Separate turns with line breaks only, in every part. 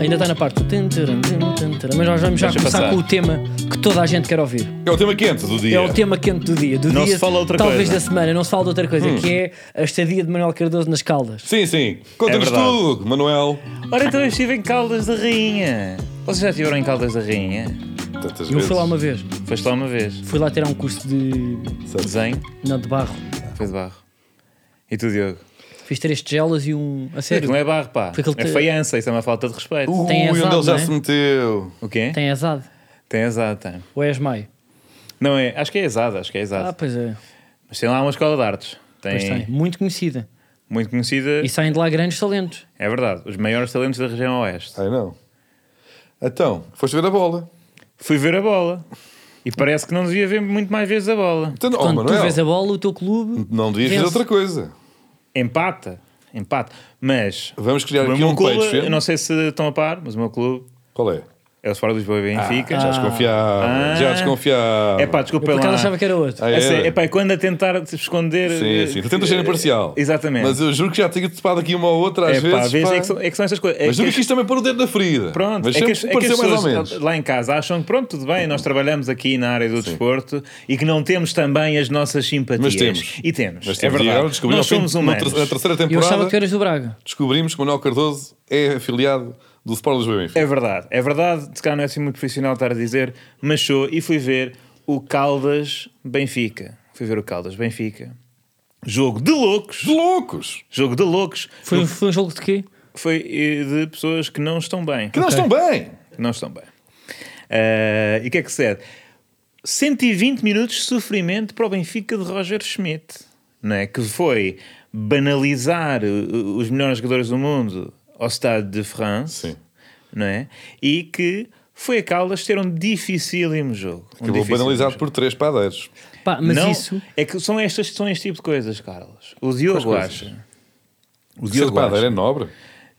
ainda está na parte. Tum, turum, tum, tum, turum. Mas nós vamos já
Deixa
começar
passar.
com o tema que toda a gente quer ouvir.
É o tema quente do dia.
É o tema quente do dia. Do
Não
dia,
se fala outra
talvez
coisa. Hum.
da semana, não se fala de outra coisa, que é a estadia de Manuel Cardoso nas Caldas.
Sim, sim. Conta-nos
É
verdade.
tudo, Manuel.
Ora, então eu estive em Caldas da Rainha. Vocês já estiveram em Caldas da Rainha?
Tantas
Eu
vezes.
fui lá uma vez.
Foste lá uma vez.
Fui lá tirar um curso de.
Desenho?
Não, de barro.
Foi de barro. E tu, Diogo?
Fiz três tigelas e um. A
Não
sério?
é barro, pá.
Foi aquele
É
te-
faiança, isso é uma falta de respeito.
Ui,
Tem
onde
azar,
ele já
não é?
se meteu.
O quê? Tem,
Tem azado.
tem azada, tem.
Ou és maio?
Não é? Acho que é exato, acho que é exato.
Ah, pois é.
Mas tem lá uma escola de artes. Tem,
Pois tem. Muito conhecida.
muito conhecida.
E saem de lá grandes talentos.
É verdade, os maiores talentos da região oeste.
Ai não. Então, foste ver a bola.
Fui ver a bola. E parece que não devia ver muito mais vezes a bola.
Então, oh,
Quando tu
Manuel,
vês a bola, o teu clube.
não devias fazer
vence.
outra coisa.
Empata, empata. Mas
Vamos criar
o
aqui
meu
um
clube,
page,
eu não sei se estão a par, mas o meu clube
Qual é?
é o Sport Lisboa e Benfica.
Já desconfiava.
Ah.
Já desconfiava.
É pá, desculpa
Ah, Por acaso
lá.
achava que era outro.
Ah,
É sério,
era.
epá, é quando a tentar te esconder. eh,
Sim, sim. Tu tentas ser imparcial.
Exatamente.
Mas eu juro que já tinha topado aqui uma ou outra às
É pá,
vezes.
vês,
pá.
é, que são, é que são estas coisas. É
Mas
que
nunca
as-
quis também pôr o dedo na ferida.
Pronto,
Mas
é que,
sempre
as, é que as
pareceu mais ou
pessoas
menos.
lá em casa acham que pronto, tudo bem, nós trabalhamos aqui na área do desporto e que não temos também as nossas simpatias.
Mas temos.
E temos,
Mas
é
temos-
verdade.
agora descobrimos
nós
ao fim-
somos
na
humanos.
ter- na
Eu
terceira
achava que
temporada
tu eras do Braga.
descobrimos que Manuel Cardoso é afiliado do Sport Lisboa e Benfica.
É verdade, é verdade, se calhar não é assim muito profissional estar a dizer, mas sou e fui ver o Caldas Benfica. Fui ver o Caldas Benfica. Jogo de loucos.
De loucos!
Jogo de loucos.
Foi, um- foi um jogo de quê?
Foi eh, de pessoas que não estão bem.
Que não estão bem!
que não estão bem. Eh, e o que é que cede? 120 minutos de sofrimento para o Benfica de Roger Schmidt, não é? que foi banalizar o- os melhores jogadores do mundo ao Stade de France,
Sim.
não é? e que foi a Caldas ter um dificílimo jogo. Um
Acabou
dificílimo
banalizado
jogo.
por três padeiros.
Pá, mas
não,
isso.
É que são, estas, são este tipo de coisas, Carlos. O
Quais
Diogo
coisas?
acha. O
Ser
Diogo
padeiro
acha.
é nobre.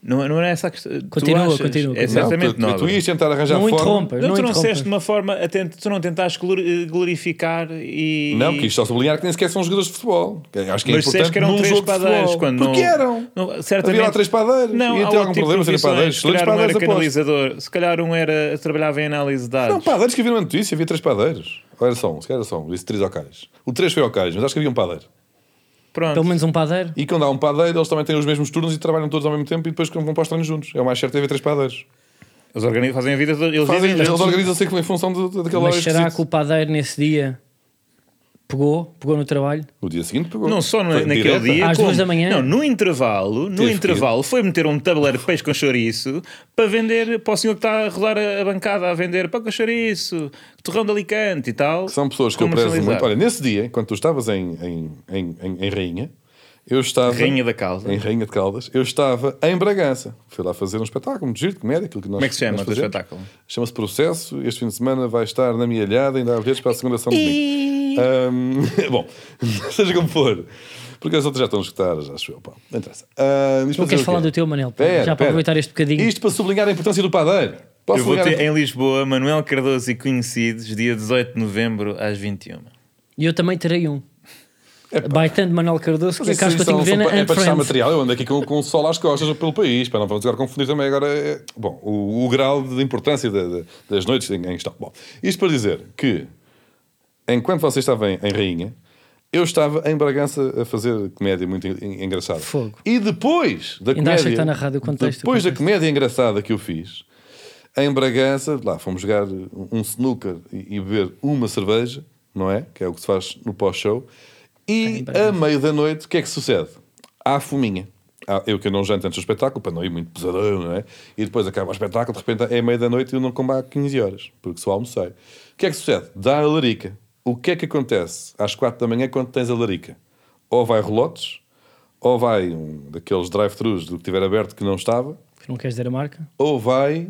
Não, não era essa a questão. Tu
Continua,
achas?
continua,
É
continua.
certamente
não, tu- tu, tu
nobre.
ias tentar arranjar
Não
forma.
interrompas.
Não,
Não
tu não
interrompas.
disseste de uma forma, a tent- tu não tentaste glori- glorificar e.
Não,
e-
quis só sublinhar que nem sequer são jogadores de futebol. Que Acho que é
Mas disseste
importante
que eram
num
três
jogo de
padeiros.
futebol.
Quando
Porque
não,
eram.
Não, certamente,
Havia lá três padeiros.
Não,
Ia
há
ter algum
outro tipo
problema serem
de profissões.
padeiros.
Se
Dois
calhar um
padeiros,
era
aposto.
canalizador, se calhar um era, trabalhava em análise de dados.
Não, padeiros que havia na notícia, havia três padeiros. Ou era só um, se calhar era só um, disse três ocais. O três foi ocais, mas acho que havia um padeiro.
Pronto.
Pelo menos um padeiro.
E quando há um padeiro, eles também têm os mesmos turnos e trabalham todos ao mesmo tempo e depois vão para os treinos juntos. É o mais certo é haver três padeiros.
Eles organizam, fazem a vida, toda- eles
Fazem,
dizem
eles organizam-se em função de- de- daquela hora
Mas será que
esquisita.
o padeiro nesse dia pegou? Pegou no trabalho?
O dia seguinte pegou.
Não só na,
Foi
naquele
direta.
dia.
Às
como-
duas da manhã?
Não, no intervalo, no
Teve que
intervalo, foi meter um tabuleiro de peixe com chouriço para vender para o senhor que está a rodar a a bancada a vender pão com chouriço, torrão de Alicante e tal.
Que são pessoas que eu prezo
Comercializar.
muito. Olha, nesse dia, enquanto tu estavas em, em, em, em, em Rainha, eu estava.
Rainha da Calda.
Em Rainha de Caldas, eu estava em Bragança. Fui lá fazer um espetáculo, muito giro, de comédia, aquilo que nós
Como é que se chama
nós
o teu
fazemos.
espetáculo?
Chama-se Processo. Este fim de semana vai estar na minha alhada, ainda há bilhetes para a segunda ação de domingo. Ahm, bom, seja como for. Porque as outras já estão escutadas, acho eu. Pá, não interessa. Ah, isto para
Não
dizer
queres
o
falar
quê?
do teu, Manel? Pá,
Pera,
Já para
pera.
aproveitar este bocadinho.
Isto para sublinhar a importância do padeiro. Posso
Eu vou
sublinhar a
ter em Lisboa Manuel Cardoso e Conhecidos, dia 18 de novembro às 21.
E eu também terei um. Baitando Manuel Cardoso, que é Carlos Coutinho Vena
é
and
para testar
Friends.
material, eu ando aqui com, um com o sol às costas pelo país, para não vamos agora confundir também agora é, bom, o, o grau de importância da- da- das noites em, em questão. Bom, isto para dizer que enquanto você estava em, em Rainha, eu estava em Bragança a fazer comédia muito en- en- engraçada.
Fogo.
E depois da
Ainda
comédia.
acha que está narrado o contexto, o
Depois da
contexto.
comédia engraçada que eu fiz, em Bragança, lá fomos jogar um um snooker e, e beber uma cerveja, não é? Que é o que se faz no pós-show. E a meio da noite, o que é que sucede? Há fominha. Há- eu que não janto antes do espetáculo, para não ir muito pesadão, não é? E depois acaba o espetáculo, de repente é meia da noite e eu não como há 15 horas, porque só almocei. O que é que sucede? Dá a larica. O que é que acontece às 4 da manhã quando tens a larica? Ou vai relotes, ou vai um daqueles drive-thrus do que tiver aberto que não estava,
Que não queres dizer a marca?
ou vai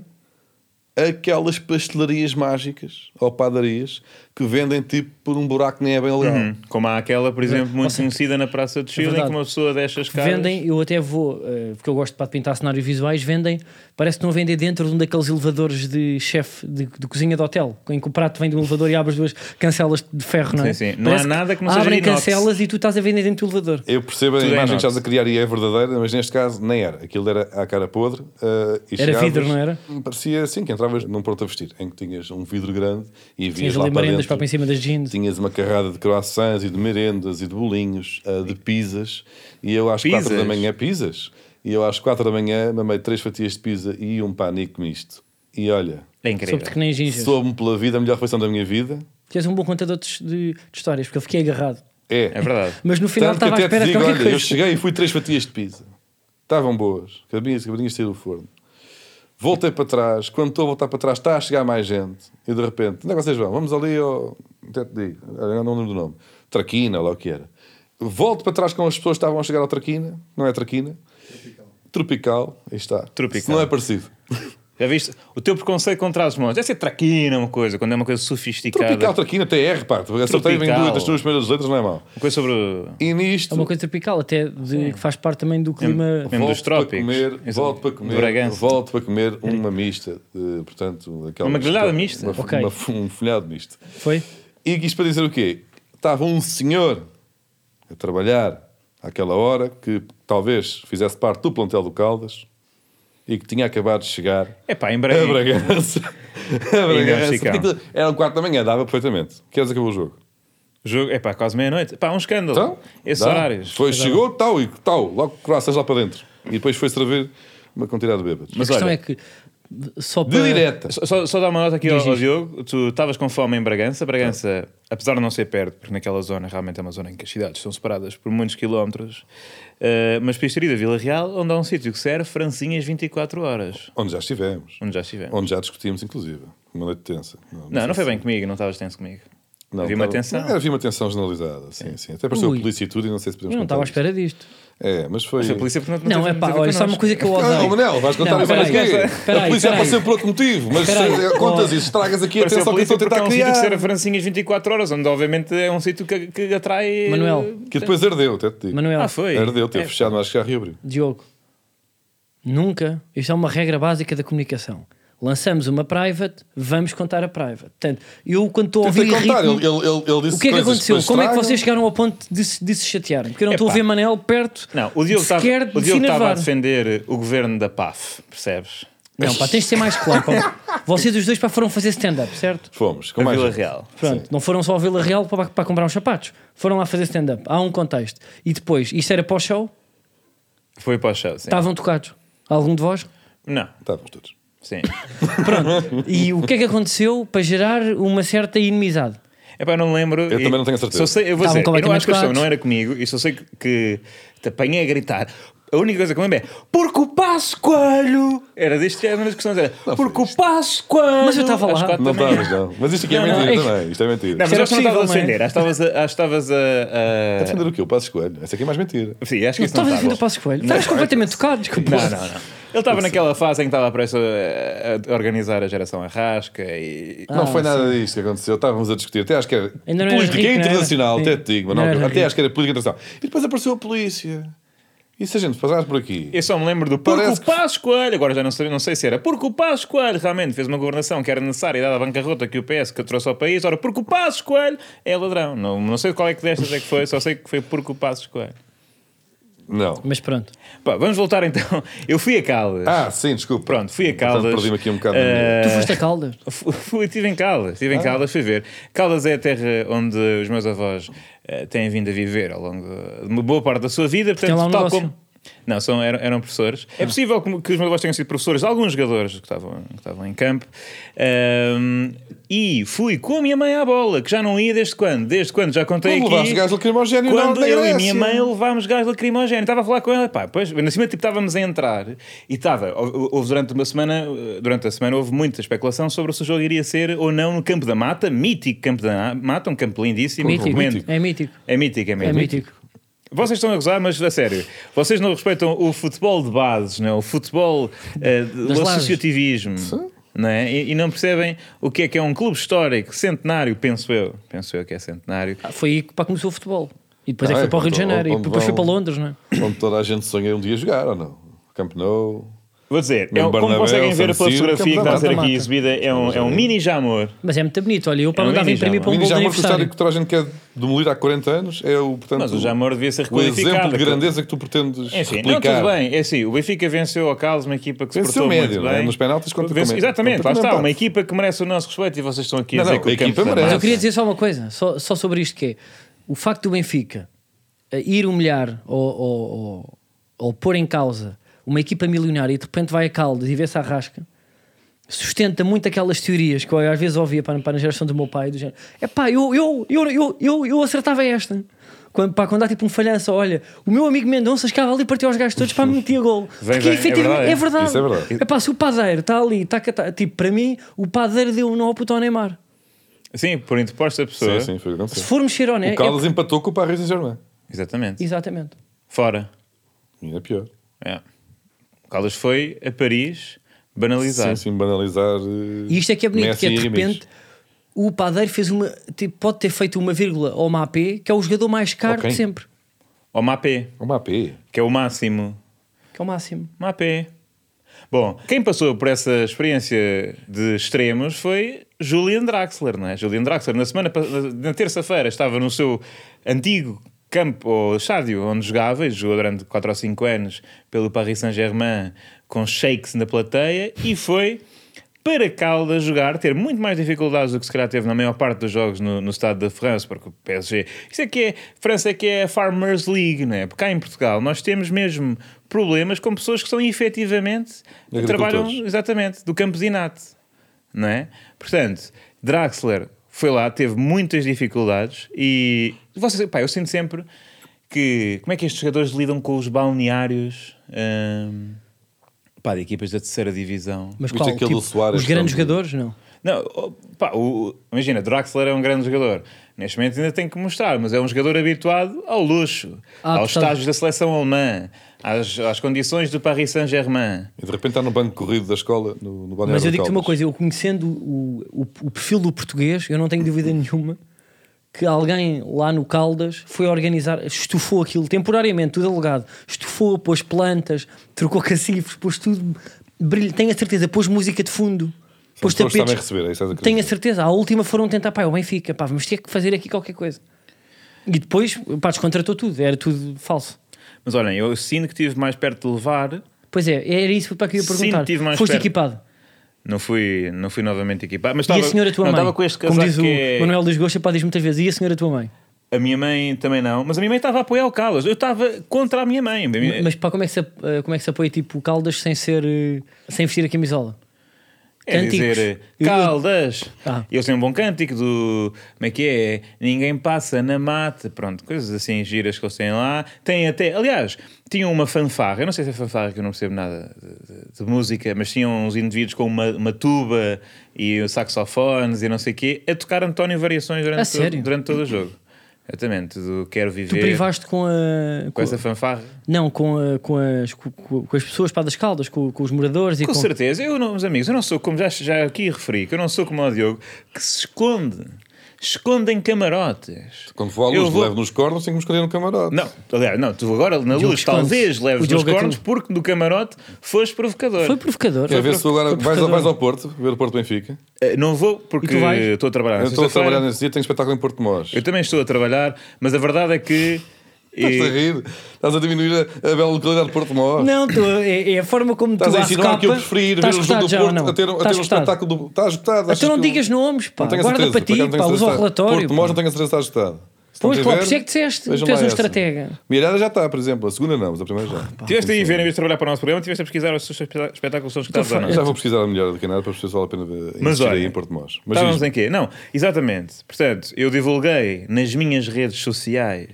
aquelas pastelarias mágicas ou padarias que vendem tipo por um buraco que nem é bem legal.
Uhum.
Hum, Como há aquela, por exemplo, muito conhecida na Praça de Chile, em que
verdade.
uma pessoa destas caras.
Vendem, eu até vou, eh, porque eu gosto de pintar cenários visuais, vendem, parece que não vender dentro de um daqueles elevadores de chefe de, de cozinha de hotel, em que o prato vem de um elevador e abre as duas cancelas de ferro, não é?
Sim, sim. Não há
Parece
nada que não seja
Abrem
inox.
cancelas e tu estás a vender dentro do elevador.
Eu percebo a
Tudo é
imagem que estás
inox.
a criar e é verdadeira, mas neste caso nem era. Aquilo era à cara podre. ah, e
Era
chegavas-
vidro, não era?
Parecia assim, que entravas num pronto a vestir, em que tinhas um vidro grande e vias
Tinhas
lá
ali
para
merendas para pôr
dentro.
em cima das jeans.
Tinhas uma carrada de croissants e de merendas e de bolinhos, ah, de pizzas. E eu às
Pizzas?
quatro da manhã, pizzas. E eu às quatro da manhã mamei três fatias de pizza e um panico misto. E olha,
É incrível.
Soube-te que nem ginger.
soube-me pela vida a melhor refeição da minha vida.
Tu és um bom contador de, de- de histórias, porque eu fiquei agarrado.
É.
É verdade.
Mas no final
Tanto
estava à
que até
espera
te
de
digo,
qualquer
olha, eu
coisa.
cheguei e fui três fatias de pizza. Estavam boas, acabinhas, acabinhas de sair do forno. Voltei para trás, quando estou a voltar para trás, está a chegar mais gente. E de repente, onde é que vocês vão? Vamos ali ao. Até te digo, olha, não lembro do nome. Traquina, lá o que era. Volto para trás com as pessoas que estavam a chegar ao Traquina, não é Traquina? Tropical. Tropical, aí está.
Tropical.
Se não é parecido.
Já viste? O teu preconceito contra as mãos. Deve ser traquina, uma coisa, quando é uma coisa sofisticada.
Tropical, Traquina, TR, pá. Acertei em
Tropical.
duas das tuas primeiras letras, não é mal.
Uma coisa sobre. o-
E nisto.
É uma coisa tropical, até de, que faz parte também do clima.
Mesmo dos
volto para
trópicos.
comer,
Exato.
volto para
De
comer,
Bragança.
volto para comer uma mista, eh, portanto, aquela
Uma grelhada mista?
uma-
Ok.
uma f- um folhado misto.
Foi?
E isto para dizer o quê? Estava um senhor a trabalhar àquela hora que talvez fizesse parte do plantel do Caldas e que tinha acabado de chegar
É pá, em
a
breve.
Bragança. A Bragança. Tipo,
ficaram.
Porque aquilo- Eram 4 da manhã, dava perfeitamente. Que horas acabou o jogo?
Jogo, é pá, quase meia-noite. Pá, um escândalo.
Então,
Esses
dá.
horários. é.
Foi, chegou, tal e tal, logo croças lá para dentro. E depois foi servir uma quantidade de bêbados.
A
Mas
questão
olha,
é que só
De
para.
direta.
Só- Só, só dar uma nota aqui ao,
Diz,
ao
diz.
Diogo. Tu estavas com fome em Bragança. Bragança, apesar de não ser perto, porque naquela zona realmente é uma zona em que as cidades são separadas por muitos quilómetros, eh, mas podias ter ido a Vila Real, onde há um sítio que serve francinhas 24 horas.
Onde já estivemos.
Onde já estivemos.
Onde já discutimos, inclusive. Uma noite tensa.
Não, não foi bem comigo, não estavas tenso comigo.
Não, É,
Havia uma
estava-
tensão.
Não, havia uma tensão generalizada, sim, sim. Até pareceu
Ui.
a polícia e tudo e não sei se podemos
Eu não
contar
estava à
isto.
espera disto.
É, mas foi...
A polícia, portanto,
Não, é
teve-
pá,
teve
olha, só
connosco.
uma coisa que eu odeio.
Não, Manel, vais contar
Não,
isso para
peraí,
quê?
peraí,
a polícia
peraí.
apareceu por outro motivo, mas
Peraí.
eh, contas isso, estragas aqui a
Pareceu a
tensão que eu
polícia
estou a
porque é
tentar
um sítio que serve
criar.
francinhas 24 horas, onde obviamente é um sítio que, que atrai... eh,
Manuel.
Que depois ardeu, até te digo.
Manuel,
Ah, foi.
Ardeu, teve
É.
fechado, mas que já reabriu.
Diogo, nunca. Isto é uma regra básica da comunicação. Lançamos uma private, vamos contar a private. Portanto, eu quando estou a ouvir.
Tentei contar,
irrito-me.
ele, ele, ele, ele disse
O que é que
coisas
aconteceu?
depois
Como é que
estragam.
vocês chegaram ao ponto de se, de se chatearem? Porque eu não estou a
Epá.
ver Manel perto
Não, o Diogo estava
sequer
o
de se
Diogo estava a
enervar.
defender o governo da PAF, percebes?
Não, pá, tens de ser mais claro. pá. Vocês os dois pá, foram fazer stand-up, certo?
Fomos, com
A
mais
Vila
gente.
Real.
Pronto, não foram só ao Vila Real para, para comprar uns sapatos. Foram lá fazer stand-up. Há um contexto. E depois, isto era para o show?
Foi para o show, sim.
Estavam tocados? Algum de vós?
Não,
Estávamos todos.
sim.
Pronto. E o que é que aconteceu para gerar uma certa inimizade?
É pá, não me lembro.
Eu
e-
também não tenho certeza.
Só sei, eu vou
Estavam
dizer, eu não
completamente
acho que a questão
claros.
não era comigo e só sei que, que te apanhei a gritar. A única coisa que eu lembro é porque o Passo Coelho era deste género, mas a questão era porque o Passo Coelho.
Mas eu estava lá.
Às quatro
Não
da manhã.
estávamos, não. Mas isto aqui é
Não, não,
mentira
é que-
também. Isto é mentira.
Não, mas
Era
eu acho que não
possível,
estava a
não é?
defender. Acho que estavas a- acho que estavas a.
Está a
a-
É defender o quê? O Passo Escolho. Essa aqui é mais mentira.
Sim, acho que
Não
isso não
estavas a vir
estava.
do Passo Coelho? Estavas completamente tocado, desculpa.
Não, não, não. Ele estava naquela fase em que estava prestes a, a organizar a geração Arrasca e.
Ah.
não foi nada disto que aconteceu. Estávamos a discutir. Até acho que era
Ainda não era
política
rico, não era?
internacional.
Sim.
Até te digo, mas
Não
não-
era
até
rico.
acho que era política internacional. E depois apareceu a polícia. E se a gente passasse por aqui?
Eu só me lembro do Porque
Parece
o
que-
Passos Coelho, agora já não sei, não sei se era Porque o Passos Coelho realmente fez uma governação que era necessária, dada a bancarrota que o PS que trouxe ao país. Ora, Porque o Passos Coelho é ladrão. Não, não sei qual é que destas é que foi, só sei que foi Porque o Passos Coelho.
Não.
Mas pronto.
Pá, vamos voltar então. Eu fui a Caldas.
Ah, sim, desculpa.
Pronto, fui a
Portanto,
Caldas.
perdi-me aqui um bocado. na
Ah,
minha-
Tu foste a Caldas?
Fu- Fui, estive em Caldas, estive em Caldas, fui ver. Caldas é a terra onde os meus avós eh, têm vindo a viver ao longo de uma boa parte da sua vida. Portanto,
Tem lá um
tal
negócio?
como. Não, são, eram, eram professores. É possível que, que os meus avós tenham sido professores de alguns jogadores que estavam, que estavam em campo. Ahm, e fui com a minha mãe à bola, que já não ia desde quando? Desde quando? Já contei
Quando
aqui.
levaste gás lacrimogéneo na
Quando
na
eu e
Grécia.
a minha mãe levámos gás lacrimogéneo, estava a falar com ela, pá, pois, na cima tipo, estávamos a entrar e estava, hou- houve durante uma semana, eh, durante a semana houve muita especulação sobre se o jogo iria ser ou não no Campo da Mata, mítico Campo da Mata, um campo lindíssimo,
Mítico.
recomendo.
É mítico.
É mítico, é
É,
mítico.
mítico.
Vocês estão a gozar, mas a sério, vocês não respeitam o é? futebol de bases, não? o futebol, eh, de-
Das
o
lajes.
associativismo. não é? E, e não percebem o que é que é um clube histórico, centenário, penso eu. Penso eu que é centenário.
Ah, Foi aí que pá, começou o futebol. E depois
Ah,
é que
é,
foi para o Rio de
onde-
Janeiro.
onde
e depois foi para
vão-
Londres, não é?
Onde toda a gente sonha um dia jogar, ou não? Camp Nou.
Vou dizer, é
Mesmo
um- como
Bernabéu,
conseguem ver
San
pela
Siro,
fotografia
Campo
que está a
da
ser
Mata.
aqui exibida, é um, é um mini jamor.
Mas é muito bonito. Olha, eu para
É um
mandava
mini
imprimir
Jamor.
para um
O
gol de
já que
aniversário.
toda a gente quer demolir há 40 anos é o, portanto,
Mas o jamor devia ser
o exemplo
requalificado.
de grandeza que tu pretendes
Enfim, não,
replicar.
tudo bem. É assim, o Benfica venceu ao Carlos, uma equipa que se
Venceu
portou
médio,
muito
né?
bem.
Nos penaltis contra
Venceu-
com-
Exatamente,
contra
lá está.
com-
Uma equipa que merece o nosso respeito e vocês estão aqui
Não,
a dizer
não,
que é o
a equipa
campo da
merece.
Mas
massa-
eu queria dizer só uma coisa, só, só sobre isto que é o facto do Benfica eh, ir humilhar ou, ou- ou- ou pôr em causa uma equipa milionária e de repente vai a Caldas e vê-se a rasca sustenta muito aquelas teorias que eu às vezes ouvia para, para na geração do meu pai do género, é pá, eu, eu, eu, eu, eu, eu acertava esta quando, pá, quando há tipo um falhanço, olha o meu amigo Mendonça chegava ali e partiu aos gajos todos para meter gol
Vem,
porque
vem, é
efetivamente é
verdade, é.
verdade,
Isso é verdade.
Epá, se o padeiro está ali está cá, está- tipo, para mim o padeiro deu um nó ao puto ao Neymar
Sim, por interposta pessoa.
Sim, sim, foi o que aconteceu.
se formos ser
O
honestos é-
Carlos empatou com o Paris Saint-Germain.
Exatamente.
Exatamente.
Hum.
Fora.
Ainda pior.
É. O Caldas foi a Paris banalizar.
Sim, sim, banalizar. eh,
E isto é que é bonito,
Messi
que é de
e Messi.
repente o padeiro fez uma, tipo, pode ter feito uma vírgula ou uma AP, que é o jogador mais caro
Ok.
de sempre,
Ou Mapé,
Uma AP.
que é o máximo.
que é o máximo.
Mapé. Bom, quem passou por essa experiência de extremos foi Julian Draxler, não é? Julian Draxler, na semana, pa- na terça-feira, estava no seu antigo campo ou estádio onde jogava, e jogou durante 4 ou 5 anos pelo Paris Saint-Germain, com shakes na plateia, e foi para Caldas jogar, ter muito mais dificuldades do que se calhar teve na maior parte dos jogos no, no estado da França, porque o PSG. Isso é que é. França é que é a Farmers League, não é? Porque cá em Portugal nós temos mesmo problemas com pessoas que são efetivamente.
Agricultores.
trabalham exatamente, do campesinato, não é? Portanto, Draxler foi lá, teve muitas dificuldades e vocês, pá, eu sinto sempre que como é que estes jogadores lidam com os balneários hum, pá, de equipas da terceira divisão?
Mas
Viste
qual?
aquele
Tipo,
é do Soares é
os grandes
quando-
jogadores, não.
Não, oh, pá, o- imagina, Draxler é um grande jogador. Neste momento ainda tem que mostrar, mas é um jogador habituado ao luxo,
Ah,
aos
portanto-
estágios da seleção alemã, às, às condições do Paris Saint-Germain.
E de repente está no banco corrido da escola, no, no balneário
Mas eu
do
digo-te
Caldas.
uma coisa, eu conhecendo o, o, o perfil do português, eu não tenho dúvida nenhuma que alguém lá no Caldas foi organizar, estufou aquilo temporariamente, tudo alugado, estufou, pôs plantas, trocou cacifres, pôs tudo, brilho, tenho a certeza, pôs música de fundo,
São
pôs
pessoas que sabem
tapetes,
receber, é isso que estás a querer
Tenho a
dizer.
certeza. À última foram tentar, pá, é o Benfica, pá, vamos ter que fazer aqui qualquer coisa. E depois, pá, descontratou tudo, era tudo falso.
Mas olhem, eu sinto que estive mais perto de levar
Pois é, era isso para que eu ia
Sim,
perguntar.
tive mais
Foste
perto.
equipado.
Não fui, não fui novamente equipado. Mas
E
estava,
a senhora tua
não,
mãe?
estava com este casaco
Como diz o
que é-
Manuel dos Gosta, pá, diz muitas vezes, e a senhora tua mãe?
A minha mãe também não. Mas a minha mãe estava a apoiar o Caldas. Eu estava contra a minha mãe. A minha-
Mas pá, como é que se, ap- eh, como é que se apoia tipo o Caldas sem ser, eh, sem vestir a camisola?
é dizer,
cânticos.
eh, Caldas.
Ah.
Eu sei um bom cântico do... Como é que é? Ninguém passa na mata. Pronto, coisas assim giras que eles têm lá. Tem até... Aliás, tinham uma fanfarra. Eu não sei se é fanfarra, que eu não percebo nada de, de- de música. Mas tinham uns indivíduos com uma, uma tuba e saxofones e não sei o quê. A tocar António Variações
A
durante,
sério?
todo, durante todo o jogo. Exatamente. Do Quero
Tu
Viver.
privaste com a.
Com
com-
essa fanfarra?
não, com, a- com, as, com, com- com as pessoas pá, das Caldas, com, com os moradores e
Com
com.
certeza. Eu, não, meus amigos, eu não sou como já, já aqui referi, que eu não sou como o Diogo, que se esconde. Esconde em camarotes.
Quando vou à
Eu
luz,
vou-
levo nos cornos, tenho que me esconder no camarote.
Não, aliás, não, tu agora na
Diogo
luz
esconde-se.
talvez
O
leves nos
Diogo é
cornos
tudo.
porque no camarote foste provocador.
Foi provocador.
Quer ver se tu agora
Foi
vais, ao-
provocador.
vais ao Porto, ver o Porto Benfica.
Eh, Não vou porque
E tu vais?
estou a trabalhar. na
Eu estou a
sexta-feira.
trabalhar nesse dia, tenho espetáculo em Porto de Mós.
Ah, Eu também estou a trabalhar, mas a verdade é que.
Estás a
eh,
rir? Estás a diminuir a, a bela localidade de Porto de Mós.
Não, tu- é, é a forma como
Estás
tu
a um
às
ensinar o que eu
capa,
preferir, ver o
estás
jogo
escutado
do
já ou
Porto,
não?
a ter, a ter
Estás
um
escutado?
espetáculo do. Está ajustado. achas
Então não
que eu-
digas nomes, pá.
Não tenho a
Guarda
certeza,
para
por
ti,
acaso tenho
pá,
a
usa o
certeza que está-
relatóóreo.
Porto de Mós
pá.
não tenho a certeza que está ajustado. Se
Pois,
não
claro,
tiver,
por isso é que disseste,
vejam
tu és
lá
um
essa.
estratega.
Mirada já está, por exemplo. A segunda não, mas a primeira já.
tiveste aí a ver, em vez de trabalhar para o nosso programa, tiveste a pesquisar os seus espetáculos
Então
são escutados ou não.
Já vou pesquisar melhor do que nada para as pessoas vale a pena ver-
Mas
investir
olha,
aí em Porto de Mós. Mas
Estávamos
diz-me,
em quê? Não, exatamente. Portanto, eu divulguei nas minhas redes sociais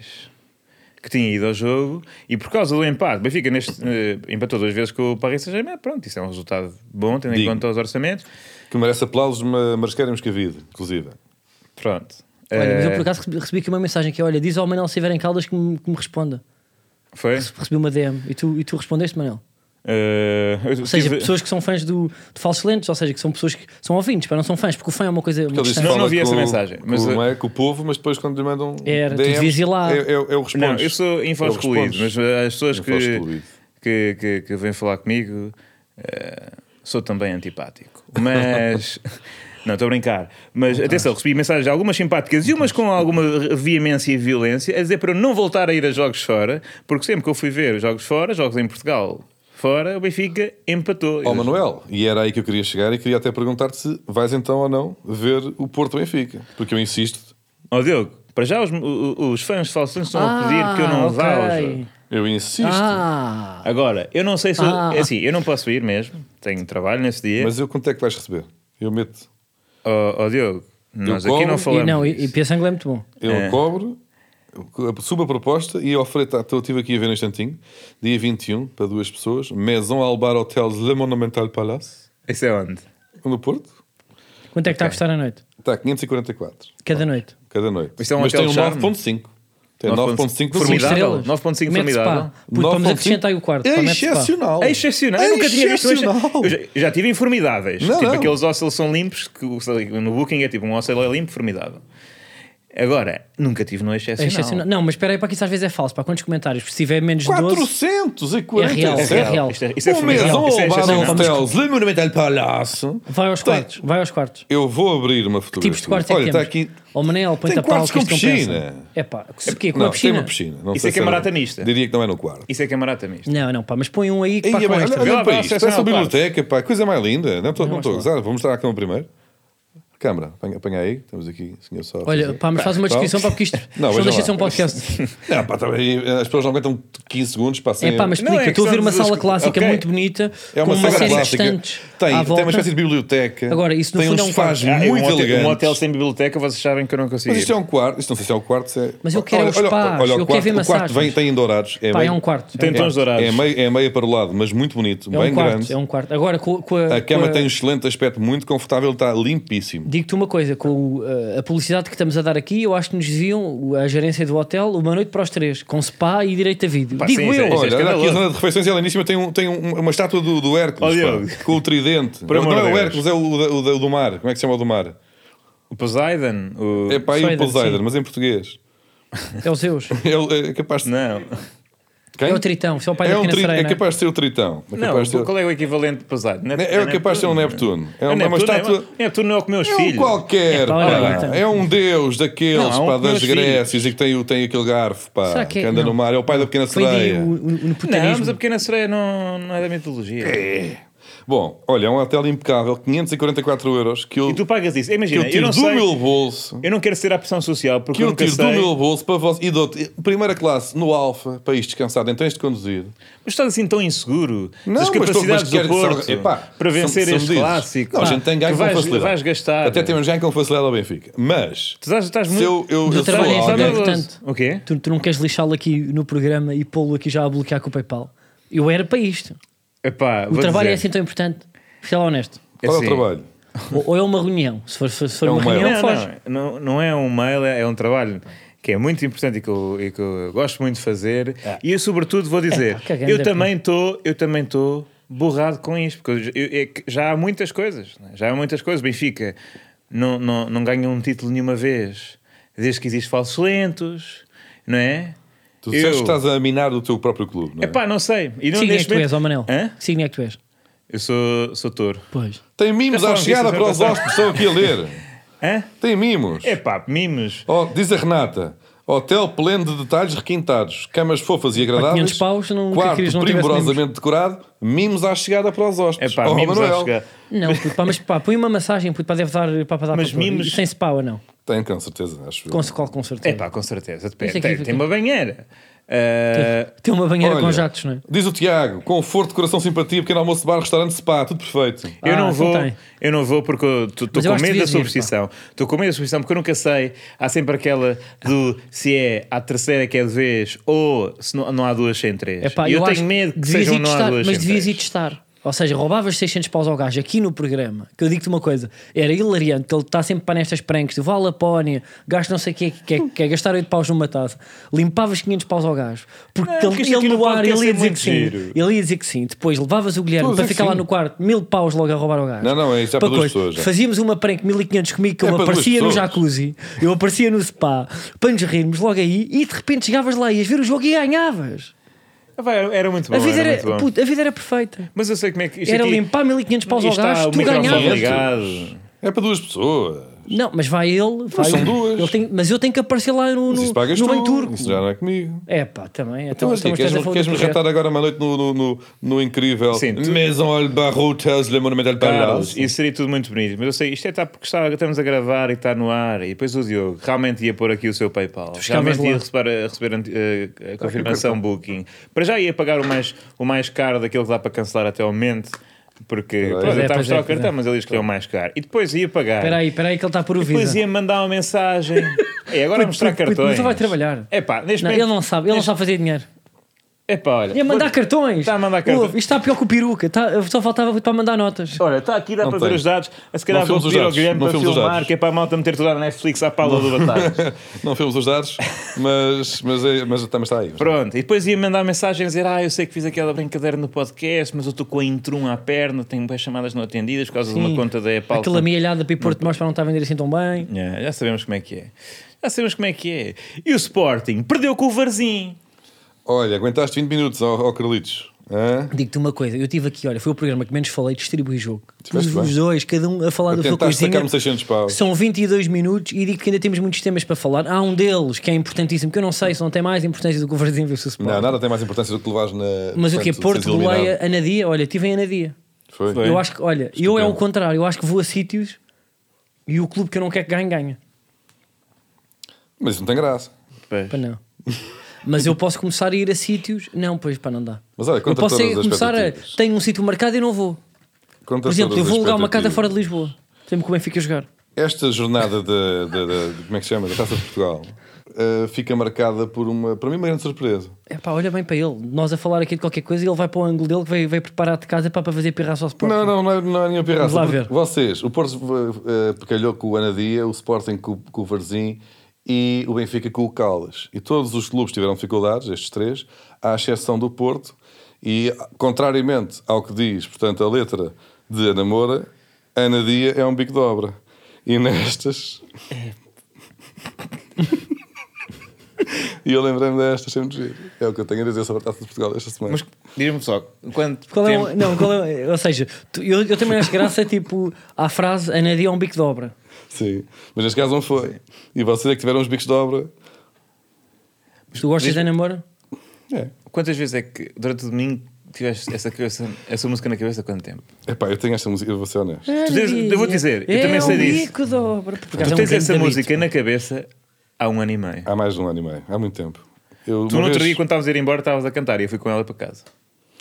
que tinha ido ao jogo e por causa do empate, o Benfica neste, eh, empatou duas vezes com o Paris Saint-Germain, pronto, isso é um resultado bom, tendo em
Digno.
conta os orçamentos.
que merece aplausos, ma- Marisqueira e Moscavide, inclusive.
Pronto.
Olha, mas eu
Eh,
É.
por acaso recebi- recebi aqui uma mensagem que é, olha, diz ao Manel se estiver em Caldas que me, que me responda.
Foi?
Recebi uma DM e tu, e tu respondeste, Manel?
Eh, eu
Ou seja,
tive-
pessoas que são fãs do, de falsos lentes, ou seja, que são pessoas que são ouvintes, para não são fãs, porque o fã é uma coisa. Uma
Porque ele disse,
questão-
Não,
fala
não vi
com,
essa mensagem, mas,
com,
uh,
não é, com o povo, mas depois quando lhe mandam
Era, tu
DMs,
devias ir lá.
Eu, eu, eu respondo.
Não, eu sou info excluído, mas eh, as pessoas
Info
que,
excluído.
que, que, que vêm falar comigo eh, sou também antipático. Mas. Não, estou a brincar. Mas atenção, recebi mensagens algumas simpáticas e umas com alguma veemência e violência a dizer para eu não voltar a ir a jogos fora, porque sempre que eu fui ver jogos fora, jogos em Portugal fora, o Benfica empatou.
Ó Manuel, e era aí que eu queria chegar e queria até perguntar-te se vais então ou não ver o Porto Benfica, porque eu insisto,
Ó Oh, Diogo, para já os, o- os fãs de Falsão estão a pedir que eu não vá
Ah,
ao
ok.
jogo.
eu insisto,
Ah,
Agora, eu não sei se. eu-
Ah.
é assim, eu não posso ir mesmo, tenho trabalho nesse dia.
mas eu quanto é que vais receber? Eu meto,
Ó ó, Diogo, nós
Eu
aqui
como
não
e
e
falamos.
não, e,
disso.
e Pia Sangue é muito bom.
eu
É.
cobro, eu subo a proposta e ofereço, tá, estou estive aqui a ver um instantinho, dia 21, para duas pessoas, Maison Albar Hotels Le Monumental Palace,
Isso é onde?
no Porto, tá,
Quanto é que está a custar a noite?
está a 544
cada noite.
cada noite,
Isto é um
mas tem
hotel
um
charme.
9.5, tem
9.5
9.5
Cinco
Formidável.
estrelas.
9.5
Mete-se pá.
formidável.
Puto, vamos acrescentar aí o quarto. pá, mete-se pá.
Excepcional.
É excepcional. Eu nunca tinha visto. Eu já, eu já tive informidáveis.
Não,
tipo
não.
aqueles ósseos são limpos, que o- no Booking é tipo um ósseo é limpo, formidável. Agora, nunca tive no
É
excepcional.
excepcional. Não, mas espera aí, para que isso às vezes é falso. Para quantos comentários? Se tiver menos de 12,
447.
É real.
Isto é, isto é
Um mês
formidável.
ao
Isto é
bar
excepcional.
hotels, Le Monumental Palácio.
vai aos
Tem-
quartos. Vai aos quartos.
Eu vou abrir uma
Que
fotografia.
tipos de quartos
Olha,
é que
está
temos?
aqui.
Ó Manel, põe
Tem
a pau
quartos
que
com
isto compensa.
piscina.
É pá, o quê? Com
Não,
a
tem
piscina?
uma piscina. Não sei
Isso é que é
se era-
maratonista.
Diria que não é no quarto.
Isso é que é maratonista.
Não, não, pá, mas põe um aí que
Ei,
pá
é
com
bem-
extras.
olha, olha
Vá,
para
vá,
isto,
acessa
essa
lá o quarto.
biblioteca, pá, coisa mais linda. Não estou não
acho
estou a
lá.
gozar, vou mostrar a câmera primeiro. Câmara, apanha, apanha aí, temos aqui, senhor só. a
Olha,
fazer.
pá, mas faz uma
Tá.
descrição para porque isto
Não,
não,
veja
não deixa
lá.
ser um podcast.
Não, pá, tá bem, as pessoas não aguentam 15 segundos para
É pá, mas
Não, é
explica, estou a ver uma
questão de-
sala clássica
ok.
muito bonita,
É
com
uma,
uma
sala
série de
clássica.
estantes.
Tem,
à
tem
volta.
uma espécie de biblioteca.
Agora, isso no
tem
fundo é um
uns sofás
quarto.
Ah, e um,
muito
hotel,
elegantes.
um hotel sem biblioteca, vocês sabem que eu não consigo.
Mas isto é
ir.
um quarto, isto não sei se é um quarto. se é-
Mas eu quero
olha,
os
olha,
pás,
olha,
eu
o
quero
quarto,
ver
o quarto
massagens.
vem, tem em dourados. É
Pá,
meio,
é um quarto.
Tem
É um quarto.
tons dourados.
É meio, é meio para o lado, mas muito bonito,
É
bem
um quarto,
grande.
é um quarto. Agora com, com a.
A cama
com a-
tem um excelente aspecto, muito confortável, está limpíssimo.
Digo-te uma coisa, com o, uh, a publicidade que estamos a dar aqui, eu acho que nos deviam o- a gerência do hotel uma noite para os três, com spa e direito a vídeo.
Pá,
Digo
sim,
eu.
sim, Isso é
Olha, olha aqui a
escandaloso.
zona de refeições e lá em cima tem, um, tem um- uma estátua do, do Hércules,
Oh,
pá,
Diogo.
com o tridente.
Por amor
não é
de
o
Deus.
Hércules, é o, o, o do mar. Como é que se chama o do mar?
O Poseidon. O...
É pá, e o
Poseidon,
Poseidon,
sim.
mas em português.
É os seus.
Ele é capaz de.
Não.
Quem?
É o Tritão, se é o pai
É,
da
um
Pequena
tri-
Sereia,
é
não é?
capaz de ser o Tritão. É
Não,
capaz de ser-
qual é o equivalente de Poseidon? Nep-
É, é capaz de ser um Neptuno. É,
É
uma
Neptuno,
estátua.
é, é Neptuno é o que meus
É um
filhos.
qualquer,
É, pá,
pá.
olha, então.
É um deus daqueles,
Não, é um
pá,
que
das
meus filhos.
Grécias e que tem, o- tem aquele garfo, pá,
Será
que,
que é?
anda no
Não.
mar. É o pai da pequena
Foi daí
é.
o, o,
sereia.
o
Não, mas a
nepotismo.
pequena sereia não, não é da mitologia.
Bom, olha, é um hotel impecável, 544 euros, que eu,
E tu pagas isso.
que eu
Imagina, eu,
tiro
não
do
sei.
meu bolso.
Eu não quero ser a pressão social porque
Que
eu
eu
nunca
tiro
sei.
do meu bolso para você. E dou-te primeira classe no Alfa, para isto descansado, em tens de conduzir.
Mas estás assim tão inseguro
Não, mas
das
estou- mas
capacidades
quero
do
que
Porto
só- epá,
para vencer
se- se me
este
dizes-
clássico.
Não, a
pá,
gente tem ganho
que
com
vais,
facilidade.
Vais gastar.
Até temos ganho com facilidade ao Benfica. Mas.
Tu estás, estás
se
muito.
eu, eu,
do
eu sou
trabalho é
Estás
alguém-
importante.
nervoso. O quê?
Tu, tu não queres lixá-lo aqui no programa e pô-lo aqui já a bloquear com o PayPal. Eu era para isto.
Epá,
O
vou
trabalho é
dizer.
assim tão importante. Sei lá honesto.
Qual é o
assim.
trabalho?
Ou, ou é uma reunião. Se for, se for
É
uma
um mail.
reunião,
Não,
foge.
não, não, não é um mail, é um trabalho que é muito importante e que eu, e que eu gosto muito de fazer. E eu, sobretudo, vou dizer:
Epá, É. que grande é
eu também estou, eu também estou borrado com isto, porque eu- eu- é que já há muitas coisas, né? já há muitas coisas. Benfica não, não, não ganha um título nenhuma vez, desde que existe falsos lentos, não é?
Tu disseste que estás a minar do teu próprio clube, não é?
Epá, não sei. E
Que signo
não
é que
neste
tu és, ó Manel?
momento- Hã?
Que signo é que tu és?
Eu sou, sou touro.
Pois.
Tem mimos à
Já falamos
chegada
disso
para os
na
hóspedes, estão aqui a ler.
Hã?
Tem mimos.
Epá, mimos.
Oh, diz a Renata. Hotel pleno de detalhes requintados, camas fofas e agradáveis,
500 paus, não- o que é que
quarto
querias, não tivesse
primorosamente decorado, mimos à chegada para os
É
hóspedes.
pá,
oh,
mimos à
Manuel,
chegada.
Não, puto, pá, mas pá, põe uma massagem, puto, pá, deve dar pá, para dar
Mas
para pôr.
mimos-
E Sem spa ou não?
Tem, com certeza, acho. eu.
Com qual com certeza.
É pá, com certeza.
Isso
Depende.
é que
Tem,
fica-
tem uma banheira. Ah,
Tem uma banheira
Olha,
com jatos, não é?
Diz o Tiago, conforto, coração, simpatia, pequeno almoço, bar, restaurante, spa, tudo perfeito.
eu
Ah,
não
então
vou,
tem.
eu não vou porque estou
Mas eu
com
acho que
medo da
devias ir, pá.
superstição. Estou com medo da superstição porque eu nunca sei. Há sempre aquela do se é a terceira que é de vez ou se não, não há duas sem três.
É pá,
E eu,
acho
tenho medo que
devias
sejam
ir
não há
testar,
duas
Mas
sem
devias ir
três.
testar. Ou seja, roubavas 600 paus ao gajo aqui no programa. Que eu digo-te uma coisa, era hilariante, que ele está sempre para nestas pranks de vá à Lapónia, gasto não sei o que, que, é- que é gastar 8 paus numa taça. Limpavas 500 paus ao gajo. Porque
Não,
ele,
porque isto aqui
ele
no
no ar
podcast
ele ia
é
dizer
muito
que sim.
giro.
Ele ia dizer que sim. Depois levavas o Guilherme
Pois
para
é que
ficar lá
sim.
no quarto, mil paus logo a roubar ao gajo.
Não, não, é isso, é para duas pessoas, já.
Fazíamos uma prank 1500 comigo que
É
eu
para duas
aparecia no
pessoas.
jacuzzi, eu aparecia no spa, para nos rirmos logo aí e de repente chegavas lá, ias ver o jogo e ganhavas.
Ah, vai, Era, era muito bom.
A vida
era
era,
muito bom.
puto, a vida era perfeita.
Mas eu sei como é que isto
era
aqui,
limpar 1500 paus
isto
ao gajo,
está o
tu
microfone
ganhavas.
ligado.
É para duas pessoas.
Não, mas vai ele, vai
são
eu.
duas.
Ele tem- mas eu tenho que aparecer lá no,
Mas
no,
isso pagas
no
tu.
Bem Turco.
Isso já não é comigo.
É pá, também.
Então,
Então,
mas
então,
assim,
mas estás a falar do
queres-me queres
projeto.
jantar agora uma noite no, no, no, no incrível
Sim, tu-
Maison Alba Hotels Le Monumental
Carlos,
Palace?
isso seria tudo muito bonito, mas eu sei, isto é tá, porque está, estamos a gravar e está no ar. E depois o Diogo realmente ia pôr aqui o seu PayPal,
ficavas
realmente ia
lá.
receber, a, receber anti- a- a confirmação Booking. Para já ia pagar o mais, o mais caro daquele que dá para cancelar até ao momento, porque
Pois
pronto,
é,
está a
pois
mostrar
é,
o cartão,
pois é.
mas ele diz que é o mais caro. E depois ia pagar,
Espera aí, espera aí que ele está por
e depois
é,
ouvido.
ia mandar uma mensagem. É,
Puto,
agora mostrar
puto, puto,
cartões.
mas ele vai trabalhar.
É pá, neste
Não, ele
momento-
não sabe, ele não
neste-
sabe fazer dinheiro.
Epá, olha.
Ia mandar cartões.
Está a mandar cartões.
Ouve, isto está pior que o peruca. Está, só faltava para mandar notas.
Olha, está aqui, dá
Não
para ver
tem.
os dados. Ah, Se calhar
Não
vou
filmes os
pedir ao
dados.
Guilherme
Não
para
filmes os
filmar,
dados.
que é para a malta meter tudo na Netflix à pala do batalha.
não filmes os dados, mas, mas, é- mas também está aí.
Pronto, e depois ia mandar mensagem a dizer: Ah, eu sei que fiz aquela brincadeira no podcast, mas eu estou com a intrum à perna, tenho boas chamadas não atendidas por causa de uma
Sim.
conta da Apple.
Aquela amealhada para ir Porto de Mós para não estar a vender assim tão
Hum.
bem.
É, já sabemos como é que é. Já sabemos como é que é. E o Sporting perdeu com o Varzim.
Olha, aguentaste 20 minutos ao, ao Carlitos. Hã?
Digo-te uma coisa, eu tive aqui, olha, foi o programa que menos falei, distribuí jogo.
Tiveste
Os,
bem.
os dois, cada um a falar do seu
Tentaste sacar-me
coisinha.
600 pau.
São 22 minutos e digo que ainda temos muitos temas para falar. Há um deles que é importantíssimo, que eu não sei se não tem mais importância do que o Varzim vê o seu
Não, nada tem mais importância do que levares na.
Mas o que é?
portanto,
Porto,
seres eliminado.
Boleia, Anadia? Olha, estive em Anadia.
Foi.
Foi.
Eu acho que, olha, eu é o contrário, eu acho que vou a sítios e o clube que eu não quero que ganhe, ganha.
Mas isso não tem graça.
Pois.
Para não. Mas eu posso começar a ir a sítios. Não, pois para não dá.
Mas olha,
Eu
conta
posso
todas
é
as
começar a.
expectativas.
Tenho um sítio marcado e não vou.
Conta
Por exemplo, eu
todas
vou
as
alugar uma casa
expectativas.
fora de Lisboa. Sempre que o Benfica jogar.
Esta jornada da, da- da- de- como é que se chama? Da Taça de Portugal eh, fica marcada por uma, para mim, uma grande surpresa.
É pá, olha bem para ele. Nós a falar aqui de qualquer coisa e ele vai para o ângulo dele que veio, veio preparado de casa pá, para fazer pirraça ao Sporting.
Não, não, não é, não é nenhuma pirraça.
Vamos lá
porque
ver.
Vocês, o Porto eh, pecalhou com o Anadia, o Sporting com, com o Varzim e o Benfica com o Caldas. E todos os clubes tiveram dificuldades, estes três, à exceção do Porto. E, contrariamente ao que diz, portanto, a letra de Ana Moura, Anadia é um bico de obra. E nestas... e eu lembrei-me destas, sempre giro. É o que eu tenho a dizer sobre a Taça de Portugal esta semana.
Mas diz-me só, quanto
Qual é
tempo-
o, não, qual é, o- ou seja, tu- eu, eu também acho graça tipo à frase Anadia é um bico de obra.
Sim, mas neste caso não foi. E vocês é que tiveram os bicos de obra.
Tu gostas de namoro?
É.
quantas vezes é que durante o domingo tiveste essa, cabeça- essa música na cabeça? Quanto tempo?
Epá, eu tenho esta música, eu vou ser honesto.
dizes- eu vou-te dizer, eu também sei disso.
É um bico de obra. Por acaso
Tu
é um
tens
grande
essa
beat.
música na cabeça há um ano e meio.
Há mais de um ano e meio, há muito tempo. Eu,
Tu
uma
no outro
vez-
dia, quando estavas a ir embora, estavas a cantar e eu fui com ela para casa.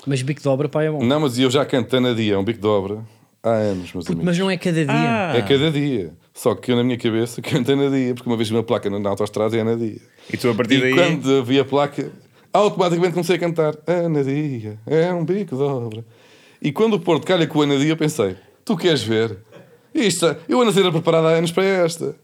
Mas bico de obra, pá, é bom.
Não, mas eu já canto Ana Dia, é um bico de obra, há anos, meus
Puto,
amigos.
mas não é cada dia.
Ah,
É cada dia. Só que eu na minha cabeça canto Ana Dia, porque uma vez vi uma placa na, na autoestrada e Ana Dia.
E tu a partir
E
daí.
quando vi a placa, automaticamente comecei a cantar Ana Dia, é um bico de obra. E quando o Porto calha com o Ana Dia, eu pensei, tu queres ver? Isto, eu ando a ser preparado há anos para esta.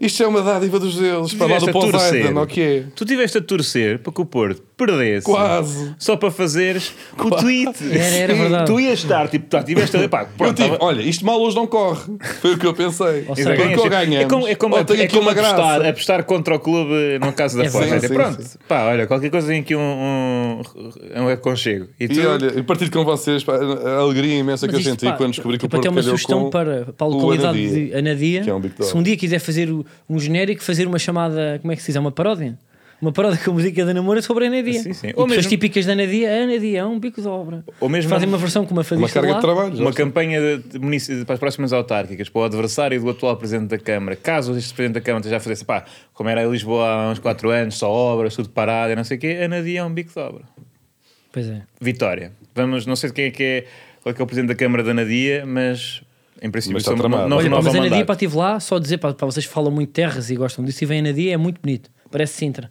Isto é uma dádiva dos deuses, para lá
tiveste
do
a
Paul
torcer.
Zayden, ou que é?
Tu tiveste a torcer para que o Porto perdesse.
Quase.
Só para fazeres o tweet.
Era, era
Sim,
verdade.
Tu ias estar, tipo, tá, tiveste a. Pá,
Eu
pronto,
tive,
tava-
olha, isto mal hoje não corre. Foi o que eu
seja,
pensei. Porque
ganhas.
ou ganhamos,
é como, é como,
ou tenho
é
aqui
como
uma
apostar,
graça.
apostar contra o clube no caso da
É
Força.
verdade. Sim,
pronto,
sim, sim.
pá, olha, qualquer coisa tem aqui um, um, um aconchego. E tu,
E olha, e partir com vocês, pá, a alegria imensa que eu
Mas isto,
senti
pá,
quando descobri que o
tipo,
Porto
até uma
calhou
sugestão
com
para, para a
o
localidade
Anadia.
de Anadia.
que é um Big Dog.
se um dia quiser fazer o- um genérico, fazer uma chamada, como é que se diz? É uma paródia? Uma paródia com a música da Namora sobre a Anadia.
Ah, Sim, sim.
E
Ou
pessoas
mesmo-
típicas da Anadia, a Anadia é um bico de obra.
Ou mesmo-
Fazem uma versão com uma
Uma
fadista
carga
lá.
de trabalho. já
Uma
está.
campanha de- de munici- para as próximas autárquicas, para o adversário do atual Presidente da Câmara. Caso este Presidente da Câmara esteja a fazer pá, como era em Lisboa há uns 4 anos, só obras, tudo parado e não sei o quê, a Nadia é um bico de obra.
Pois é.
Vitória. Vamos, não sei de quem é que é, qual é, que é o Presidente da Câmara da Nadia, mas em princípio
Mas está
só não,
tramado.
não
Olha, pá,
renova
mas
o
a Anadia,
mandato.
para estive lá, só dizer para, para vocês que falam muito terras e gostam disso, e vem a Anadia, é muito bonito. Parece Sintra.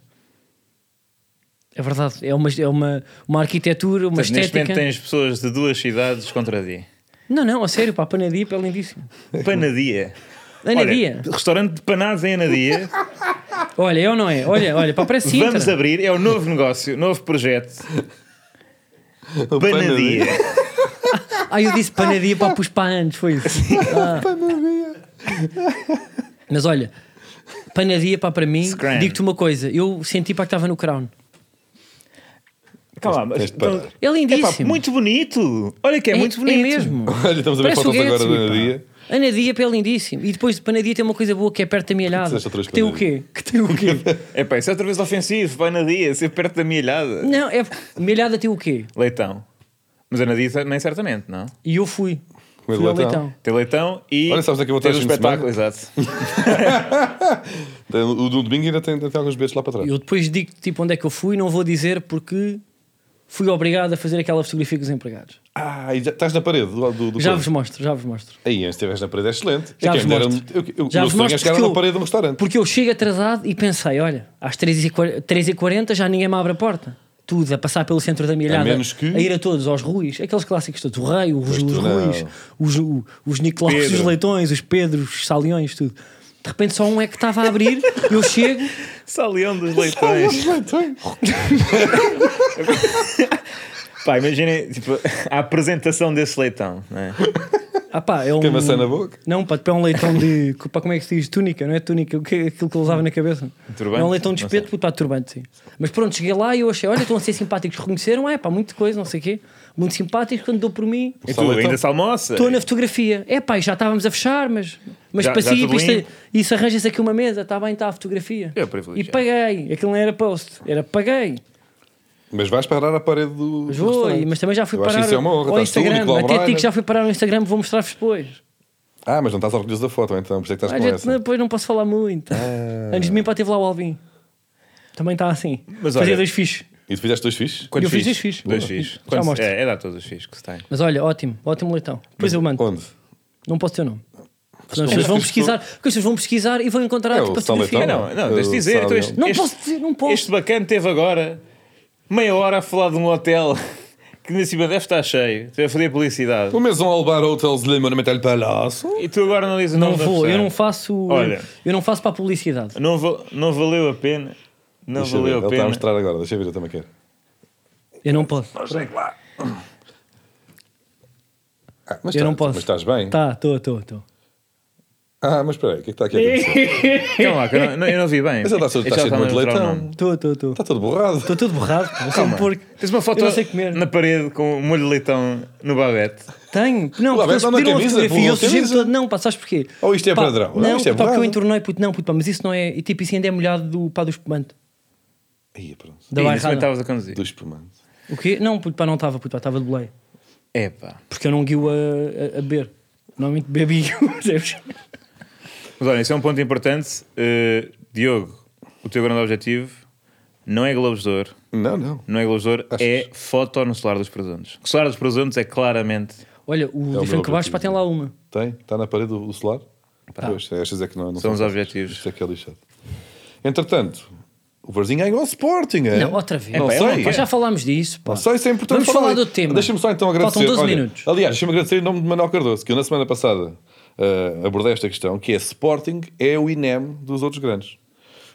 É verdade, é uma, é uma, uma arquitetura, uma
Portanto, neste
estética.
momento tens pessoas de duas cidades contra ti.
Não, não, a sério, pá, a panadia é lindíssimo.
Panadia.
Anadia.
Olha, restaurante de panados em Anadia.
Olha, é ou não é? Olha, olha, pá, parece Sintra.
Vamos abrir, é o novo negócio, novo projeto.
O
Panadia.
Ah, eu disse panadia para pus para antes, foi isso. Ah. Mas olha, panadia para para mim,
Scram.
digo-te uma coisa, eu senti para que estava no Crown.
Calma,
Tens
mas. então,
de parar.
É lindíssimo.
Epá, muito bonito. Olha que é,
É-
muito bonito.
É mesmo.
Olha, estamos a ver
Parece o
fotos agora
Gatsby,
da
pá.
Nadia.
Anadia é lindíssimo. E depois de Panadia tem uma coisa boa que é perto da milhada.
disseste outra vez
Que tem o
Panadia.
quê? Que tem o quê?
Epá, isso é outra vez ofensivo. Vai na dia, ser perto da milhada.
não, é porque milhada tem o quê?
Leitão. Mas a Nadia nem certamente, não?
E eu fui.
Comer
fui ao
leitão.
leitão.
Tem leitão e.
Olha, sabes onde é que eu vou
tens
estar
um
este fim de
espetáculo, exato.
O do domingo ainda tem, tem alguns beijos lá para trás.
Eu depois digo tipo onde é que eu fui, não vou dizer porque fui obrigado a fazer aquela fotografia com os empregados.
Ah, e já estás na parede do lado do, do
Já
coisa.
vos mostro, já vos mostro.
Aí, antes estiveres na parede é excelente.
Já
Eu
vos
quero dar-
mostro.
eu- eu- O
Já
meu
vos
sonho é
mostro
chegar
porque
na
eu-
parede de um restaurante.
Porque eu chego atrasado e pensei, olha, às 3h40 já ninguém me abre a porta. Tudo a passar pelo centro da milhada,
A menos que-
a ir a todos, aos Ruis, aqueles clássicos todos, o Rei, os, os
tu não.
Ruis, os, o- os Nicolaus,
Pedro.
os Leitões, os Pedros, os Saliões, tudo. De repente só um é que estava a abrir, eu chego,
Salião é um dos leitões. Pá, imaginem tipo, a apresentação desse leitão. Não é?
ah pá, é um...
Tem maçã na boca.
Não, pá, é um leitão de. pá, como é que se diz? Túnica, não é túnica? O que é aquilo que ele usava na cabeça?
Turbante?
É um leitão de
Não
espeto, puto, pá, turbante, sim. Mas pronto, cheguei lá e eu achei, olha, estão a ser simpáticos, reconheceram, é pá, muita coisa, não sei o quê. Muito simpáticos, quando dou por mim,
E tu
Sal leitão.
ainda se almoça?
estou na fotografia. É pá, e já estávamos a fechar, mas. Mas
Já-
para
já
sair,
tudo
isto- é-
limpo?
isso arranja-se aqui uma mesa, está bem, está a fotografia.
É
e
privilegiado.
paguei, aquilo não era post, era paguei.
Mas vais parar à parede do.
Mas
do
vou,
restaurante.
mas também já fui
Eu acho
parar
isso é uma honra.
tá
ao
Estás tu,
Instagram,
Nicolau
até digo
né?
Brainer.
que já fui parar ao Instagram, vou mostrar-vos depois.
Ah, mas não estás orgulhoso da foto, então, por isso é que
Ah,
estás com
gente,
essa. Ah.
depois não posso falar muito. Antes de mim, para teve lá o Alvin. Também está assim.
Mas
Fazia
olha-
dois fichos.
E tu fizeste dois fichos?
Quantos
Eu fiz
fichos?
dois fichos.
Dois
Boa.
fichos.
Já
Quantos-
mostro.
é, é dar todos os fichos que se tem.
Mas olha, ótimo, ótimo leitão. Depois eu mando.
Onde?
Não posso ter o nome. Senão as
não
pessoas vão
dizes que
pesquisar, porque as pessoas vão pesquisar e vão encontrar
É,
tipo,
o
a fotografia.
Sal
Ah,
Leitão.
não, não, tens de dizer.
Eu-
então este,
Não
este-
posso dizer, não posso.
Este bacana teve agora meia hora a falar de um hotel que na cima deve estar cheio. Teve a fazer publicidade.
O Maison Albar Hotels Le Monumental Palace.
E tu agora não dizes o
Não
nome da
vou, eu
pessoa.
não faço.
Olha.
Eu não faço para a publicidade.
Não, val- não valeu a pena. Não
Deixa eu ver, Ele está
valeu a
a
pena.
mostrar agora, deixa eu ver, eu também quero.
Eu não posso.
Ah, mas
Eu
tá-
não posso.
Mas estás bem?
Tá, estou, estou, estou.
Ah, mas espera aí, o que é que está aqui a acontecer?
Calma lá, que eu não, eu não vi bem.
Mas ele está
Este
está cheio de muito
hotel não mostrou o
leitão.
nome.
Estou, estou, estou.
Está todo Tá borrado.
Estou todo borrado. pá. Eu sou um porco.
Tens uma foto
Eu não sei comer.
na parede com um molho de leitão no babete.
Tenho. Não,
Lá
porque
vai,
eles
dá uma
pediram a
camisa,
fotografia.
pula
Eu
uma
sugiro
camisa.
todo. Não, pá, sabes porquê?
Ou isto é
Pá,
padrão?
Não,
Isto é
pá, porque eu
borrado.
entornei, puto, não, puto, pá, mas isso não é. E tipo, isso ainda é molhado do, pá, do espumante.
Aí, pronto.
Da
Ih, nesse momento
bairrada.
estavas a conduzir.
Do espumante.
O quê? Não, puto, pá, não estava, puto, pá, estava de boleia.
Epá.
Porque eu não guio a, a, a beber. Normalmente bebi guio, percebes?
Mas olha, isso é um ponto importante. Uh, Diogo, o teu grande objetivo não é Globos de Ouro,
Não, não.
não é Globos de Ouro,
Achas?
é foto no Solar dos Presuntos. O Solar dos Presuntos é claramente.
Olha, o
É meu
de Franco Baixo,
objetivo.
pá, tem lá uma.
Tem? Está na parede do do solar?
Tá.
Pois, estas é que não, não
São os
fáceis.
objetivos.
Isto é que é lixado. Entretanto, o Varzinho ganhou ao Sporting, é?
Não, outra vez.
Não
Pá,
é
sei.
uma-
pá, já falámos disso, pá.
Não sei se é importante
Vamos falar do tema.
Deixa-me só então agradecer.
Faltam 12
Olha,
minutos.
Aliás, deixa-me agradecer em nome de Manuel Cardoso, que eu na semana passada ah, abordei esta questão, que é Sporting é o INEM dos outros grandes.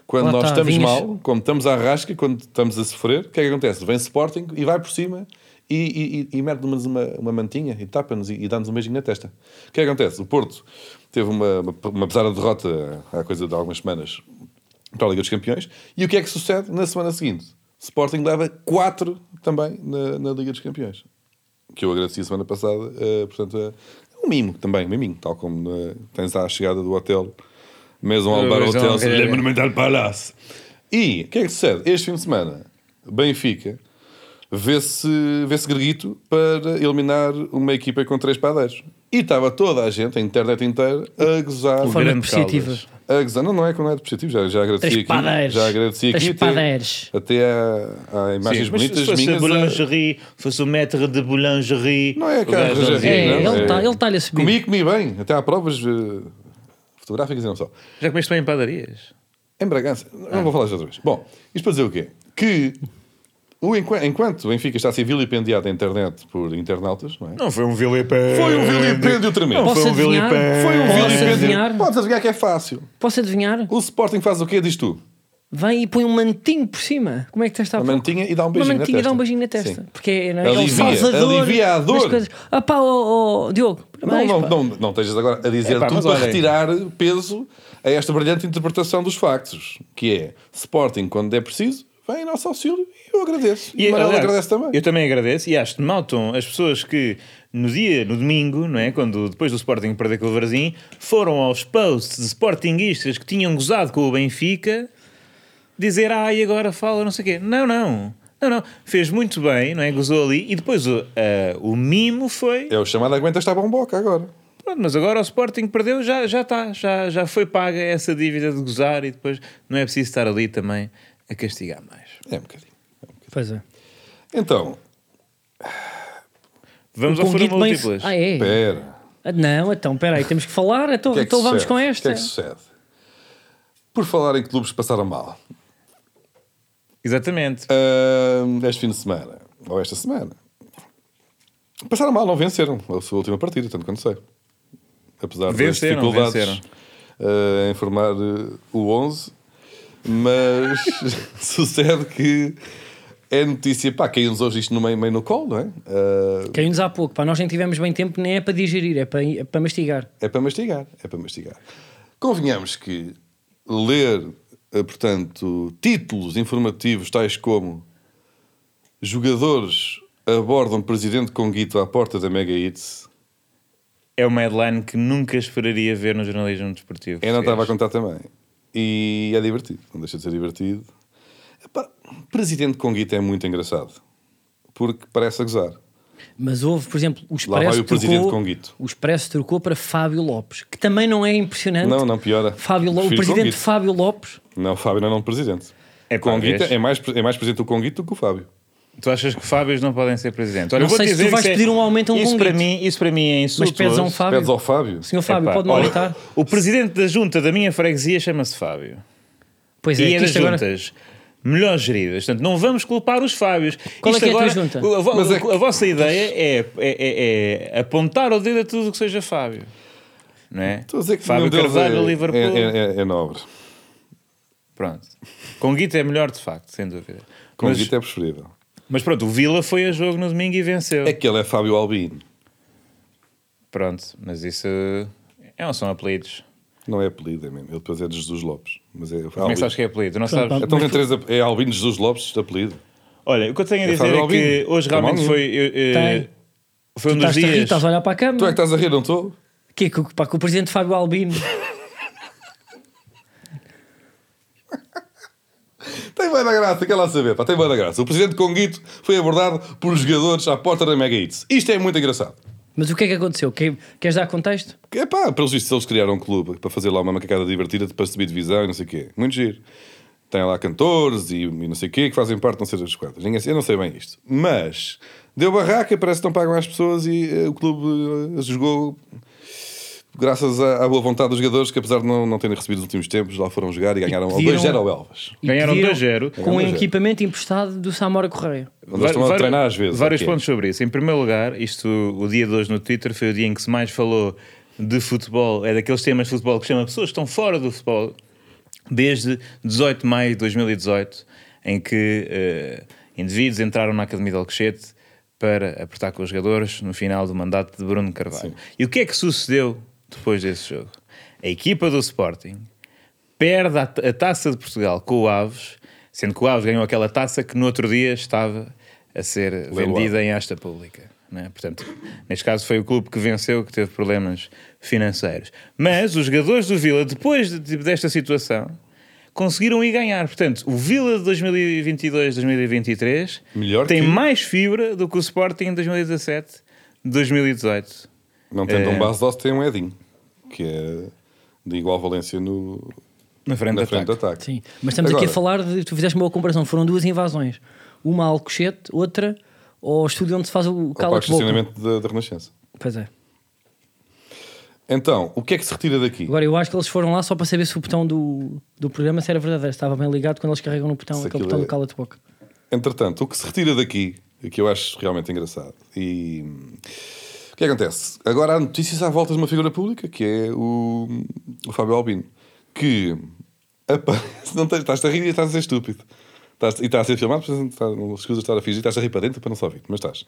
Quando
Lá
nós
está,
estamos
vinhas-
mal, como estamos à rasca, quando estamos a sofrer, o que é que acontece? Vem Sporting e vai por cima e, e, e, e mete-nos uma, uma mantinha e tapa-nos e, e dá-nos um beijinho na testa. O que é que acontece? O Porto teve uma, uma, uma pesada derrota há coisa de algumas semanas para a Liga dos Campeões. E o que é que sucede na semana seguinte? Sporting leva 4 também na, na Liga dos Campeões. Que eu agradeci a semana passada, eh, portanto, eh, um mimo também, um miminho, tal como eh, tens à chegada do hotel Maison Albar
Maison
Hotels,
Albar.
Le Monumental Palace. E o que é que sucede? Este fim de semana, Benfica vê-se vê Greguito para eliminar uma equipa com três padeiros. E estava toda a gente, a internet inteira, a gozar
De forma
grande Caldas.
positiva.
a gozar- não, não é que não é de positivo, já, já agradeci
Três
aqui.
padeiros.
Já agradeci
Três
aqui. até-
padeiros.
Até há, há imagens
Sim, mas se
bonitas
fosse a
minhas. eh, a-
boulangerie, se fosse o maître de boulangerie.
Não é
o gajo
aquela
não dizia,
É,
não?
ele tá- ele tá-lhe a subir.
Comi, comi bem. Até há provas eh, fotográficas e não só.
Já comeste bem em padarias?
Em Bragança. Não vou falar isto outra vez. Bom, isto para dizer o quê? Que O enqu- enquanto o Benfica está a ser vilipendiado na internet por internautas, não é?
Não foi um vilipêndio.
Foi um vilipêndio tremendo.
Não, foi
Posso
um
adivinhar?
vilipêndio.
Foi um Posso
Vilipêndio.
adivinhar?
Podes adivinhar que é fácil.
Posso adivinhar?
O Sporting faz o quê, diz tu?
Vem e põe um mantinho por cima. Como é que estás a
Uma mantinha e dá um
Uma
beijinho na
mantinha
testa.
dá um beijinho na testa.
Sim.
Porque é, não é?
Alivia,
é o salvador
alivia a dor.
das coisas. Ah pá, oh, oh, Diogo.
Não,
parabéns,
não,
pá.
não, não estejas agora a dizer
Epá,
tudo
mas
para
olhem.
retirar peso a esta brilhante interpretação dos factos, que é Sporting, quando é preciso, vem em nosso auxílio e eu agradeço. E, o Manel
aliás,
agradece também.
Eu também agradeço e acho de mau tom as pessoas que no dia, no domingo, não é? Quando depois do Sporting perder com o Varzim, foram aos posts de Sportingistas que tinham gozado com o Benfica dizer, ah, e agora fala não sei o quê. Não, não. Não, não. Fez muito bem, não é? Gozou ali e depois o, ah, o mimo foi.
É o chamado aguenta esta bomboca agora.
Pronto, mas agora o Sporting perdeu, já já está, já, já foi paga essa dívida de gozar e depois não é preciso estar ali também a castigar mais.
É um bocadinho.
Pois é.
Então, Um
Vamos ao furo
Conguito bem-
múltiplas.
Ah, é?
espera.
Ah, Não, então, espera aí, temos que falar. Então,
O que é que
então vamos
sucede?
com
O que
esta.
é que sucede? Por falar em clubes que passaram mal,
Exatamente.
Ahm, este fim de semana, ou esta semana, passaram mal, não venceram a sua última partida, tanto quanto sei. Apesar
Venceram,
das dificuldades
venceram.
ah, em formar ah, o 11, mas sucede que é notícia, pá, caiu-nos hoje isto no meio, meio no colo, não é? Ah,
Caiu-nos há pouco, pá. Nós nem tivemos bem tempo, nem é para digerir, é para, é para mastigar.
É para mastigar, é para mastigar. Convenhamos que ler, eh, portanto, títulos informativos tais como jogadores abordam presidente com guito à porta da Mega Hits,
É uma headline que nunca esperaria ver no jornalismo desportivo.
eu não estava a
português.
contar também. E é divertido, não deixa de ser divertido. Epá, presidente com guito é muito engraçado, porque parece a gozar.
Mas houve, por exemplo, o
Lá vai
Expresso
o presidente
trocou,
com guito.
o Expresso trocou para Fábio Lopes, que também não é impressionante.
Não, não piora.
Fábio Lo- o
Prefiro com
presidente
guito.
Fábio Lopes.
Não, o Fábio não é nome de presidente.
É pá,
Conguito
vês?
é mais, é mais presidente o Conguito do que o Fábio.
Tu achas que Fábios não podem ser presidentes? Olha,
Não
eu vou
sei se
dizer
tu
que
vais
isso é-
pedir um aumento a um
isso para
conguito.
mim Isso para mim é insulto.
Mas pedes a um
hoje.
Fábio.
Pedes ao Fábio.
Senhor Fábio,
Epá,
pode-me
olha,
aumentar?
O presidente da junta da minha freguesia chama-se Fábio.
Pois é,
e é
que
das
isto agora...
juntas. Melhor geridas. Portanto, não vamos culpar os Fábios.
Qual é
Isto
que é a tua
agora,
junta?
o- A, vo-
Mas é que-
a vossa ideia é, é- é- é apontar o dedo a tudo o que seja Fábio. Não é?
Estou a dizer que nenhum
Fábio
deles
Carvalho,
é,
Liverpool.
É, é- é- é nobre.
Pronto. Com Guita é melhor, de facto, sem dúvida.
Com
mas,
Guito é preferível.
mas pronto, o Vila foi a jogo no domingo e venceu.
É que ele é Fábio Albino,
Pronto, mas isso é, não são apelidos.
não é apelido, é mesmo. Ele depois é de Jesus Lopes. Mas é
Como é
Albino.
que sabes que é apelido? Não
Pronto,
sabes?
Então tem três ap- é Albino Jesus Lopes, de apelido.
Olha, o que eu tenho a
É
dizer
Fábio
é que
Albino.
hoje realmente
Tem.
foi. eu- eu-
Tem.
Foi um dos
Tá Estás-te a rir,
dias.
estás a olhar para a
Tu é que
câmara.
estás a rir, não estou?
Que, que, pá, que o presidente Fábio Albino.
Tem bem da graça, quer lá saber, pá, tem bem da graça. O presidente Conguito foi abordado por jogadores à porta da Mega Hits. Isto é muito engraçado.
Mas o que é que aconteceu? Que- Queres dar contexto?
É pá, pelos vistos eles criaram um clube para fazer lá uma macacada divertida para subir divisão e não sei o quê. Muito giro. Tem lá cantores e, e não sei o quê que fazem parte, não sei das quantas. Ninguém- Eu não sei bem isto. Mas deu barraca e parece que não pagam às pessoas e eh, o clube eh, jogou graças à, à boa vontade dos jogadores que apesar de não, não terem recebido nos últimos tempos, lá foram jogar e ganharam ao
pediram-
2-0 ao Elvas.
E
Ganharam
pediram
2-0.
Com um
Ganharam 2-0.
equipamento emprestado do Samora Correia.
Onde eles estão a
Vários-
treinar às vezes.
Vários
aqui.
pontos sobre isso. Em primeiro lugar, isto o dia de hoje no Twitter foi o dia em que se mais falou de futebol, é daqueles temas de futebol que chama pessoas que estão fora do futebol desde 18 de maio de 2018, em que eh, indivíduos entraram na Academia de Alcochete para apertar com os jogadores no final do mandato de Bruno Carvalho. E o que é que sucedeu depois desse jogo? A equipa do Sporting perde a, ta- a taça de Portugal com o Aves, sendo que o Aves ganhou aquela taça que no outro dia estava a ser vendida em asta pública. né? Portanto, neste caso foi o clube que venceu, que teve problemas financeiros. Mas os jogadores do Vila, depois de- de- desta situação, conseguiram ir ganhar. Portanto, o Vila de 2022-2023
Melhor
tem
que-
mais fibra do que o Sporting em 2017-2018.
Não tendo
É.
um base doce, tem um Edinho, que é de igual valência no,
Na frente,
na
da
frente de ataque.
Sim, mas estamos aqui
Agora-
a falar de. Tu fizeste uma boa comparação, foram duas invasões. Uma a Alcochete, outra ao estúdio onde se faz o
Ao
cala
parque de
de boca.
estacionamento da, da Renascença.
Pois é.
Então, o que é que se retira daqui?
Agora eu acho que eles foram lá só para saber se o botão do, do programa se era verdadeiro, se estava bem ligado quando eles carregam no botão,
Se
aquele
aquilo
botão
é-
do cala de boca.
Entretanto, o que se retira daqui, e que eu acho realmente engraçado, e o que acontece? Agora há notícias à volta de uma figura pública, que é o, o Fábio Albino, que aparece, não tens, estás a rir e estás a ser estúpido. Estás, e estás a ser filmado, portanto, estás, não escusas de estar a fingir, estás a rir para dentro para não só ouvir, mas estás.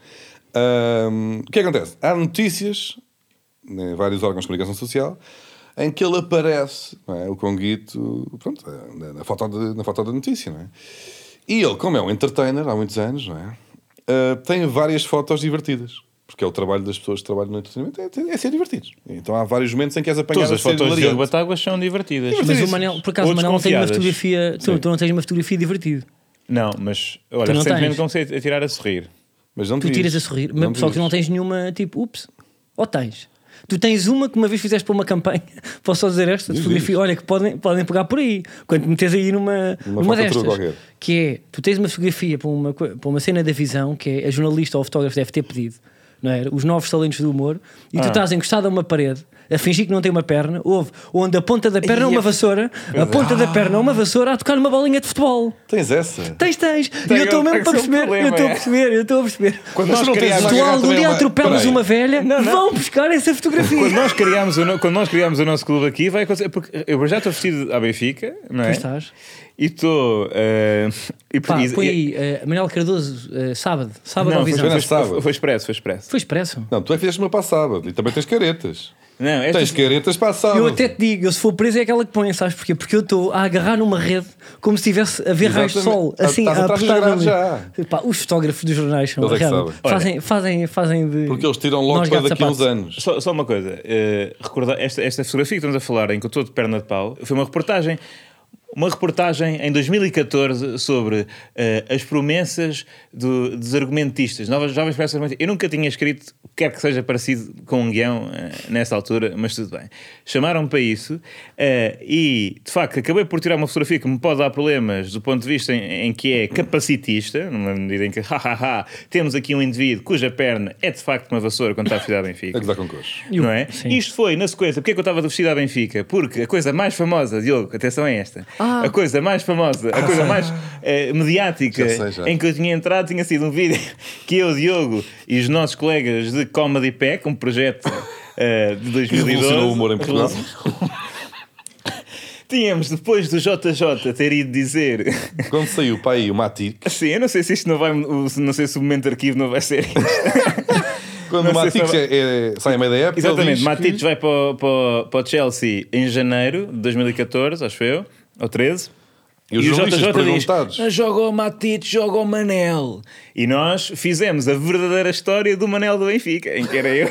Ahm, o que acontece? Há notícias em né, vários órgãos de comunicação social em que ele aparece, não é? o Conguito, pronto, na, na foto de- na foto da notícia, não é? E ele, como é um entertainer há muitos anos, não é? Ah, tem várias fotos divertidas. Porque é o trabalho das pessoas que trabalham no entretenimento, é, é ser divertidos. Então há vários momentos em que és apanhado
Todas as
a ser
fotos de Diogo
hilariante.
Batáguas são divertidas.
Divertidas.
Mas o
Sim.
Manel, por acaso, o
Ou
Manel não tem uma
desconfiadas.
fotografia. Tu, tu não tens uma fotografia divertida.
Não, mas olha,
Tu não
recentemente
tens.
comecei a tirar a sorrir.
Mas não
Tu
te
tiras a
dizes.
sorrir, mas
te
só que tu não
dizes.
tens nenhuma tipo, ups, ou tens. Tu tens uma que uma vez fizeste para uma campanha, posso só dizer esta de
Diz,
fotografia,
diz.
olha que podem, podem pegar por aí, quando te metes aí numa,
Numa
numa
foto tua
destas,
qualquer.
que é, tu tens uma fotografia para uma, co- para uma cena da visão, que é a jornalista ou o fotógrafo deve ter pedido, não é? Os novos talentos do humor, e tu
Ah.
estás encostado a uma parede, a fingir que não tem uma perna, houve, onde a ponta da perna é uma vassoura, a ponta da perna é uma vassoura a tocar uma bolinha de futebol.
Tens essa.
Tens, tens. E
Tem-
eu estou mesmo para
tem que ser um
perceber, eu
problema,
estou a
é?
perceber, eu estou a perceber.
Quando
Mas
nós
tu não queres
criámos
Se tu
agarrar
algum
também é
dia
uma-
atropelas
Peraí.
uma velha,
Não, não.
vão buscar essa
Quando
fotografia.
nós criámos o, no- quando nós criámos o nosso clube aqui, vai acontecer. Porque eu já estou vestido à Benfica, não é?
Tu estás?
E estou. eh, e-
Pá,
é-
e-
põe
e-
aí, eh, Manuel Cardoso, eh, sábado, sábado
Não,
ao
foi,
Visão.
Joana
foi,
Foi,
Sábado.
foi, foi expresso, foi expresso.
expresso.
Não, tu é que fizeste uma passada e também tens caretas.
Não, é tipo, esta-
Tens caretas para a sábado.
Eu até te digo, eu se for preso é aquela que põe, sabes porquê? Porque eu estou a agarrar numa rede como se estivesse a ver raios de sol,
Exatamente. Ah,
assim,
estás
a
atrás dos
apertar
grades
ali. Pá, os fotógrafos dos jornais são
Eles é que
real.
sabem.
Olha.
Fazem, fazem, fazem de.
Porque eles tiram logo
nós
para
gatos
daqui a uns
sapatos.
anos.
Só, só uma coisa, eh, recordar esta, esta fotografia que estamos a falar, em que eu estou de perna de pau, foi uma reportagem. Uma reportagem em 2014 sobre eh, as promessas do- dos argumentistas, novas jovens promessas argumentistas. Eu nunca tinha escrito, quer que seja parecido com um guião eh, nessa altura, mas tudo bem. Chamaram-me para isso eh, e, de facto, acabei por tirar uma fotografia que me pode dar problemas do ponto de vista em, em que é capacitista, numa medida em que, ha, ha, ha, temos aqui um indivíduo cuja perna é, de facto, uma vassoura quando está a fidar Benfica.
É que dá com coxo.
E o-
Não é?
Sim.
Isto foi na sequência. Porquê é que eu estava vestido à Benfica? Porque a coisa mais famosa, Diogo, atenção a esta.
Ah.
A coisa mais famosa, a coisa mais eh, mediática
Já sei, já.
em que eu tinha entrado tinha sido um vídeo que eu, Diogo e os nossos colegas de Comedy Pack, um projeto eh, de 2012.
Revolucionou o humor em Portugal.
Tínhamos, depois do JJ ter ido dizer.
Quando saiu para aí o Matic,
Sim, eu não sei se isto não vai. Não sei se o momento de arquivo não vai ser.
quando
Não
o
sei se
Matic é- é- sai a meio da época, ele
Exatamente,
diz,
Matites vai para, o- para, o- para o Chelsea em janeiro de 2014, acho eu, ou 13.
E os jornalistas perguntados.
"Ah, joga o Matites, joga o Manel. E nós fizemos a verdadeira história do Manel do Benfica, em que era eu.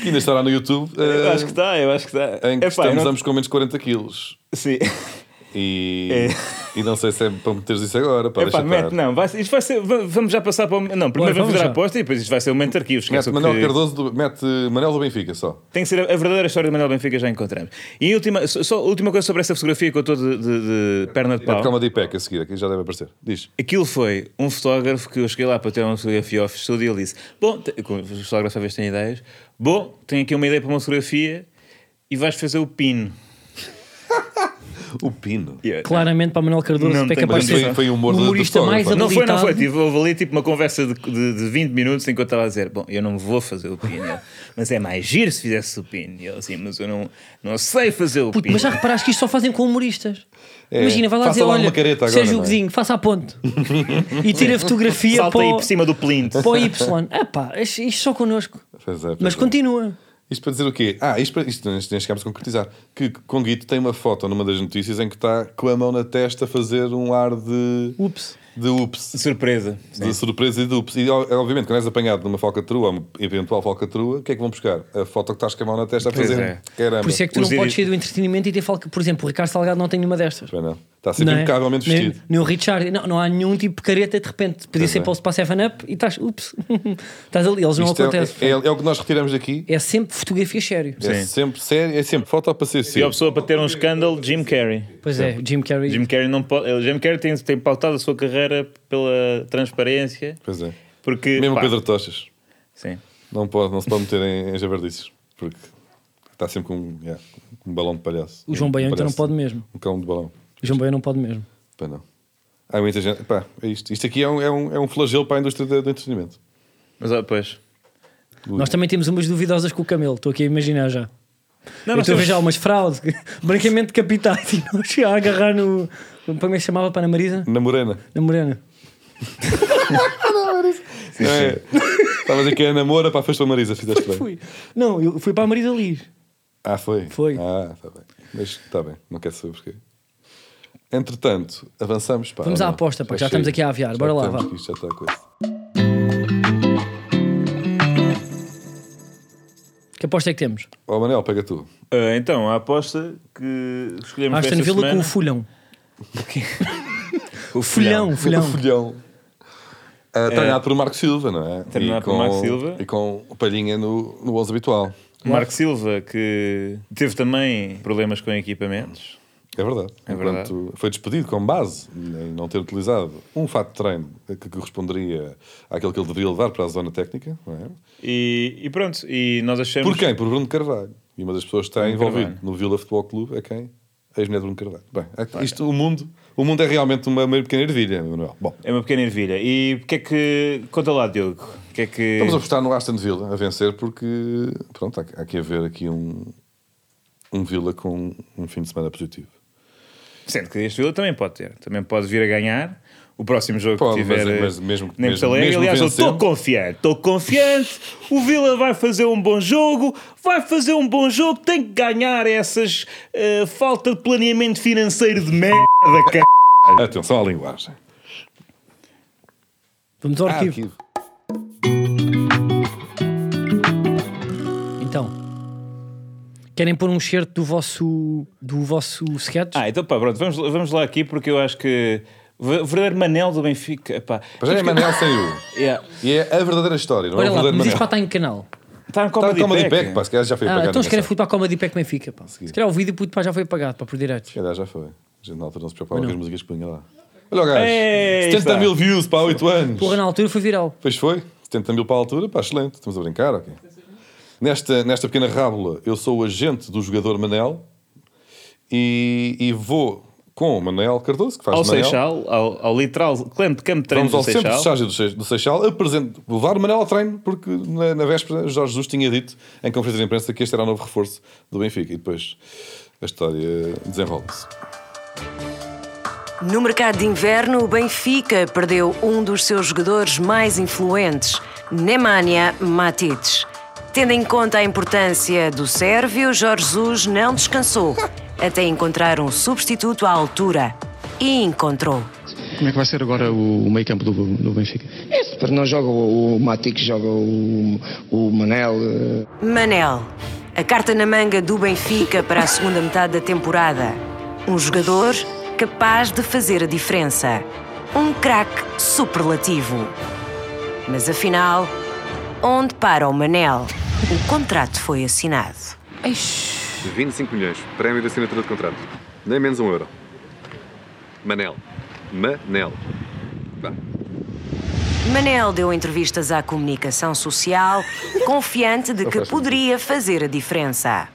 que ainda estará no YouTube,
eu
eh,
acho que está, eu acho que está.
em que
Epá,
estamos
eu não-
ambos com menos 40 quilos.
Sim.
E, e não sei se é para meteres isso agora. Pá,
Epá,
deixa
mete,
estar.
não, vai, isto vai ser, va- vamos já passar para o. Não, primeiro
Bora,
vamos
vamos
fazer a
já.
aposta e depois isto vai ser o momento de arquivo. esquece
Mete
o
Manuel
que-
Cardoso, do, mete Manuel do Benfica só.
Tem que ser a a verdadeira história do Manuel Benfica, já encontramos. E a última, só- só a última coisa sobre essa fotografia que eu estou de, de- de perna de
Mete
pau.
Comedy Pack a seguir, aqui já deve aparecer. Diz.
Aquilo foi um fotógrafo que eu cheguei lá para ter uma fotografia off studio e ele disse: Bom, te- como os fotógrafos às vezes têm ideias, bom, tenho aqui uma ideia para uma fotografia e vais fazer o pino.
O Pino.
E eu-
Claramente para o Manuel Cardoso,
Não
é
tem-
capaz de
mas
ser
foi- foi o humor do- do
humorista mais
fotógrafo.
Não foi, não foi.
habilitado.
Tive, houve ali tipo uma conversa de, de, de 20 minutos em que eu estava a dizer: Bom, eu não vou fazer o pino, Ele, mas é mais giro se fizesse o pino. E eu assim: Mas eu não, não sei fazer o
Puto,
pino.
mas já reparaste que isto só fazem com humoristas.
É.
Imagina, vai lá
Faça
dizer:
lá uma
olha,
careta agora,
Sérgio
não é?
Godinho, faça a ponte e tira a fotografia
Salta
para,
aí
o-
por cima do plinto.
para o Y. É pá, isto isto só connosco.
Pois é, pois
Mas
é.
continua.
Isto para dizer o quê? Ah, isto, para, isto nem nem chegámos a concretizar. Que Conguito tem uma foto numa das notícias em que está com a mão na testa a fazer um ar de.
Ups.
De ups.
Surpresa.
De surpresa e de ups. E ó, obviamente, quando és apanhado numa falcatrua, uma eventual falcatrua, o que é que vão buscar? A foto que estás com a mão na testa a
Pois
fazer.
é.
Caramba.
Por isso é que tu
Os
não
iri-
podes sair do entretenimento e ter falca. Por exemplo, o Ricardo Salgado não tem nenhuma destas.
Bem, não. Está sempre
Não é?
impecavelmente
Nem-
vestido.
Nem o Richard, não, não há nenhum tipo de careta de repente. Podia ser
é.
para o Spa 7-Up e estás, ups, estás ali. Eles não
Isto é-
acontecem. É,
é, é o que nós retiramos daqui.
sempre fotografia sério.
É
Sim.
sempre sério, é sempre foto para ser
E a
sério.
pessoa para ter um escândalo, Jim Carrey.
Pois é, Jim Carrey.
Jim Carrey não pode. ele- Jim Carrey tem, tem pautado a sua carreira pela transparência.
Pois é.
Porque.
Mesmo
pá,
Pedro Tochas.
Sim.
Não, pode, não se pode meter em, em javardices. Porque está sempre com um, yeah, um balão de palhaço.
O João
Um
Baião então não
palhaço-
pode mesmo.
Um cão de balão.
O João Baião não pode mesmo.
Pois não. Há muita gente. Pá, é isto. isto aqui é um, é, um, é um flagelo para a indústria do, do entretenimento.
Mas ah, pois.
Nós também temos umas duvidosas com o Camelo, estou aqui a imaginar já.
Não,
eu
nós
estou a ver
temos-
já umas fraudes, brancamente decapitadas e nós a agarrar no. Como é que se chamava para a Ana Marisa?
Na morena.
Na Morena.
Não é? Estavas aqui a namora, pá, foste para a Marisa, fizeste bem.
Fui. Não, eu fui para a Marisa Liz.
Ah, foi?
Foi.
Ah, está bem. Mas está bem, não quero saber porquê. Entretanto, avançamos para.
Vamos à aposta, pá, que já estamos aqui a aviar. Bora lá, vá.
Isto já está a coisa.
Que aposta é que temos?
Ó Manel, pega tu.
Ah, então, a aposta que escolhemos para
Aston
esta
Villa
semana...
com o Fulhão.
o
Fulhão,
Filhão.
Fulhão.
Um Ah, treinado por Marco Silva, não é?
É. Treinado
E
por
com-
Marco Silva.
E com o Palhinha no, no 11 habitual.
Marco Silva, que teve também problemas com equipamentos.
É verdade.
É verdade.
Enquanto foi despedido com base em não ter utilizado um fato de treino que corresponderia àquele que ele deveria levar para a zona técnica, não é?
E, e pronto, e nós achamos...
Por quem? Por Bruno Carvalho. E uma das pessoas que está
Bruno
envolvida
Carvalho.
no Vila Futebol Clube é quem? A ex-mulher de Bruno Carvalho. Bem, é- isto, o, mundo, o mundo é realmente uma, uma pequena ervilha, Manuel. Bom,
É uma pequena ervilha. E o que é que... Conta lá, Diogo. O que é que...
vamos apostar no Aston Villa a vencer porque, pronto, há, que- há que haver aqui um, um Villa com um fim de semana positivo.
Sendo que este Vila também pode ter. Também pode vir a ganhar. O próximo jogo
Pode,
que tiver
mas-
eh,
mas mesmo-
nem
mesmo-
Porto Alegre.
mesmo
Aliás, eu
vencendo-
estou confiante. Estou confiante. O Vila vai fazer um bom jogo. Vai fazer um bom jogo. Tem que ganhar essas eh, falta de planeamento financeiro de merda, cara.
Atenção à linguagem.
Vamos ao
Ah,
arquivo.
arquivo.
Então, querem pôr um excerto do vosso, do vosso sketch?
Ah, então pá, pronto. Vamos, vamos lá aqui porque eu acho que... ver- Verdadeiro Manel do Benfica. Pá.
Mas é Manel sem U.
Tipo, Yeah.
E é a verdadeira história, não é
Olha
o
lá,
verdadeiro
mas isto
Manel.
para estar em canal.
Está Tá na Copa
Está
de
com uma de
Ipeca.
pé, pá, se calhar já foi
Ah,
apagar.
então se
ninguém
calhar
sabe.
fui para a Comedy Pack Benfica. Pá. Se calhar o vídeo puto, pá, já foi pagado para por direitos.
Se calhar já foi. A gente na altura não se preocupava com as músicas que punha lá. Olha o gajo.
Ei,
70
está.
mil views para 8 anos.
Porra, na altura foi viral.
Pois foi. 70 mil para a altura, pá, excelente. Estamos a brincar, ok. Nesta, nesta pequena rábula, eu sou o agente do jogador Manel e, e vou com o Manel Cardoso, que faz
Ao
de Manel.
Seixal, ao, ao literal campo, campo de treino
Vamos
do
ao centro de
Seixal.
estágio do Seix- do Seixal, apresento, vou levar o Manel ao treino, porque na, na véspera Jorge Jesus tinha dito em conferência de imprensa que este era o novo reforço do Benfica. E depois a história desenrola-se.
No mercado de inverno, o Benfica perdeu um dos seus jogadores mais influentes, Nemanja Matic. Tendo em conta a importância do sérvio, Jorge Jesus não descansou até encontrar um substituto à altura. E encontrou.
Como é que vai ser agora o, o meio campo do, do Benfica?
Para não joga o, o Matic, joga o, o Manel. eh,
Manel, a carta na manga do Benfica para a segunda metade da temporada. Um jogador capaz de fazer a diferença. Um craque superlativo. Mas afinal, onde para o Manel? O contrato foi assinado.
25 milhões. Prémio de assinatura de contrato. Nem menos um euro. Manel. Manel. Vá.
Manel deu entrevistas à comunicação social, confiante de que poderia fazer a diferença.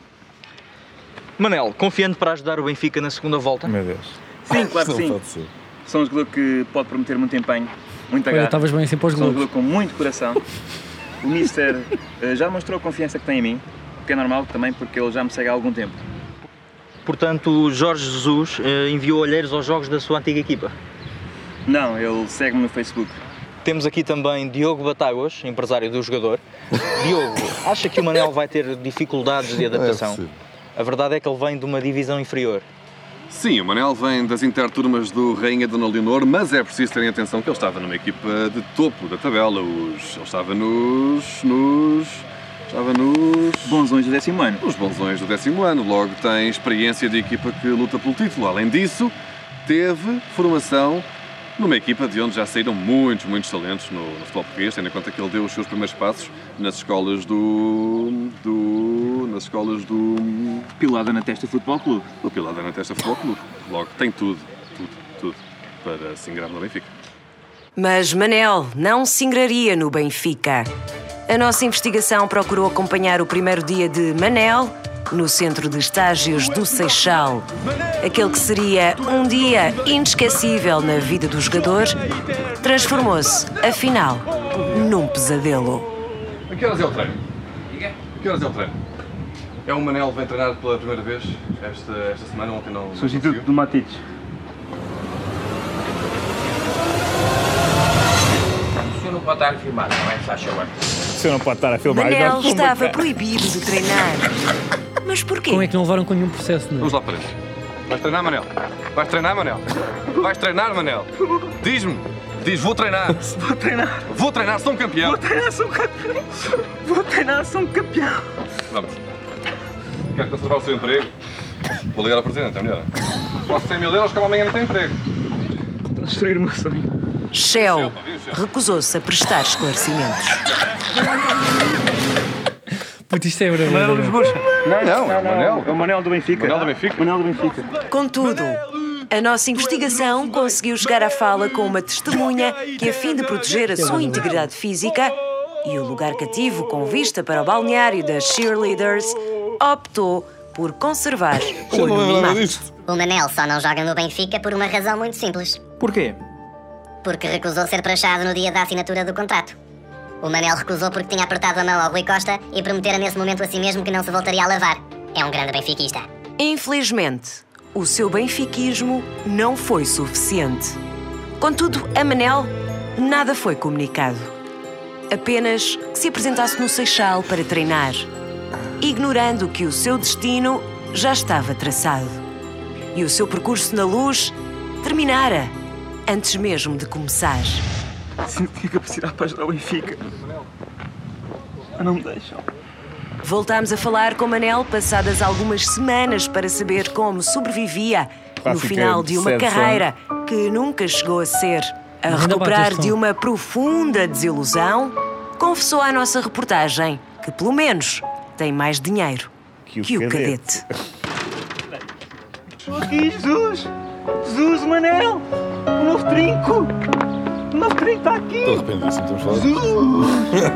Manel, confiante para ajudar o Benfica na segunda volta?
Meu Deus.
Sim, claro
Não
que sim.
pode ser.
Sou um jogador que pode prometer muito empenho, muita
Olha,
garra.
estavas bem assim para os
Sou um
Globos.
jogador com muito coração. O Mister eh, já mostrou a confiança que tem em mim, o que é normal também porque ele já me segue há algum tempo. Portanto, Jorge Jesus eh, enviou olheiros aos jogos da sua antiga equipa? Não, ele segue-me no Facebook. Temos aqui também Diogo Batáguas, empresário do jogador. Diogo, acha que o Manel vai ter dificuldades
É
de
adaptação? possível.
a verdade é que ele vem de uma divisão inferior.
Sim, o Manel vem das interturmas do Rainha Dona Leonor, mas é preciso terem atenção que ele estava numa equipa de topo da tabela. Os... Ele estava nos... nos... Estava nos...
Bonzões do décimo um ano.
Os bonzões do décimo ano. Logo tem experiência de equipa que luta pelo título. Além disso, teve formação numa equipa de onde já saíram muitos, muitos talentos no, no futebol português, tendo em conta que ele deu os seus primeiros passos nas escolas do... do nas escolas do...
Pilada na testa Futebol Clube.
O Pilar da Testa Futebol Clube. Logo, tem tudo, tudo, tudo para se ingrar no Benfica.
Mas Manel não se ingraria no Benfica. A nossa investigação procurou acompanhar o primeiro dia de Manel no Centro de Estágios do Seixal. Aquele que seria um dia inesquecível na vida do jogador, transformou-se, afinal, num pesadelo.
A que horas é o treino? A que horas é o treino? É o Manel que vem treinar pela primeira vez esta, esta semana, ontem não. não
Substituto
conseguiu.
do Matites.
O senhor não pode estar a filmar, não é, se faz favor?
Você não pode estar a filmar.
Manel
Não, como é que
estava
é?
proibido de treinar. Mas porquê?
Como é que não levaram com nenhum processo? Não?
Vamos lá para dentro. Vais treinar, Manel? Vais treinar, Manel? Vais treinar, Manel? Diz-me. Diz, vou treinar.
Vou treinar,
Vou treinar, sou um campeão.
vou treinar, sou um campeão. Vou treinar, sou um campeão.
Vamos. Quer conservar o seu emprego? Vou ligar ao presidente, é melhor. Posso 100 mil euros que amanhã não tem emprego.
Destruir o meu sonho.
Shell recusou-se a prestar esclarecimentos.
Puto, isto é brabo.
Não, não, é o Manel.
É o Manel do Benfica.
Manel do Benfica?
Manel do Benfica.
Contudo, a nossa investigação conseguiu chegar à fala com uma testemunha que, a fim de proteger a sua integridade física e o lugar cativo com vista para o balneário das cheerleaders, optou por conservar o
Já não lembro nada
anonimato.
disto.
O Manel só não joga no Benfica por uma razão muito simples.
Porquê?
Porque recusou ser prachado no dia da assinatura do contrato. O Manel recusou porque tinha apertado a mão ao Rui Costa e prometera nesse momento a si mesmo que não se voltaria a lavar. É um grande benfiquista.
Infelizmente, o seu benfiquismo não foi suficiente. Contudo, a Manel nada foi comunicado. Apenas que se apresentasse no Seixal para treinar, ignorando que o seu destino já estava traçado. E o seu percurso na luz terminara antes mesmo de começar.
Sinto que a capacidade para ajudar o Benfica. Ah, Não me deixam.
Voltámos a falar com Manel passadas algumas semanas para saber como sobrevivia no
Clássica
final de uma
decepção.
carreira que nunca chegou a ser. A
Ainda
recuperar
bateste
de
um.
uma profunda desilusão, confessou à nossa reportagem que, pelo menos, tem mais dinheiro
Que o cadete.
cadete.
Aqui, Jesus! Jesus, Manel! O novo trinco! O novo trinco está aqui!
Estou arrependido, estamos a falar.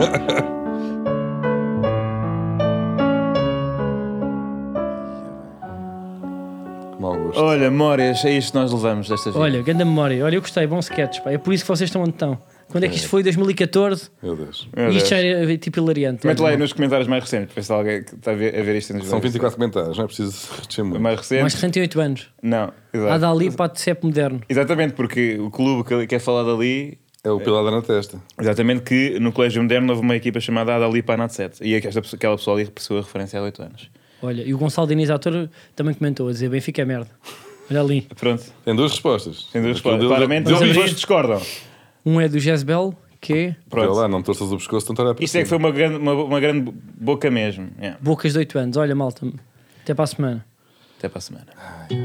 Com mau gosto.
Olha, memórias, é isto que nós levamos desta vez.
Olha, grande memória. Olha, eu gostei. Bom sketch. Pá. É por isso que vocês estão onde estão. Quando é que isto foi? 2014?
Meu Deus.
E isto já era tipo hilariante.
Mete lá aí
Olha,
nos comentários mais recentes, para ver se há alguém que está a ver, a ver isto nos
São 24 comentários, não é preciso reter muito.
mais
Mais
recentes.
de 68 anos.
Não,
Há
exato.
dali para o CEP moderno.
Exatamente, porque o clube que quer falar dali.
É o Pilar na testa.
Exatamente, que no Colégio Moderno houve uma equipa chamada Adali Panat 7 e é que esta pessoa- aquela pessoa ali recebeu a referência há 8 anos.
Olha, e o Gonçalo Diniz, ator, também comentou a dizer: Benfica é merda. Olha ali.
Pronto,
Tem duas respostas.
tem duas
Aquilo
respostas.
deu-
Claramente,
deu-
os
Mas
pessoas
isto-
discordam.
Um é do Jezebel, que é
Olha
Pronto.
lá, não me torças o pescoço, tanto olhar para
Isto é que foi
cima.
uma grande, uma, uma grande boca mesmo. É.
Bocas de 8 anos. Olha, malta. Até para a semana.
Até para a semana.
Ai, ai.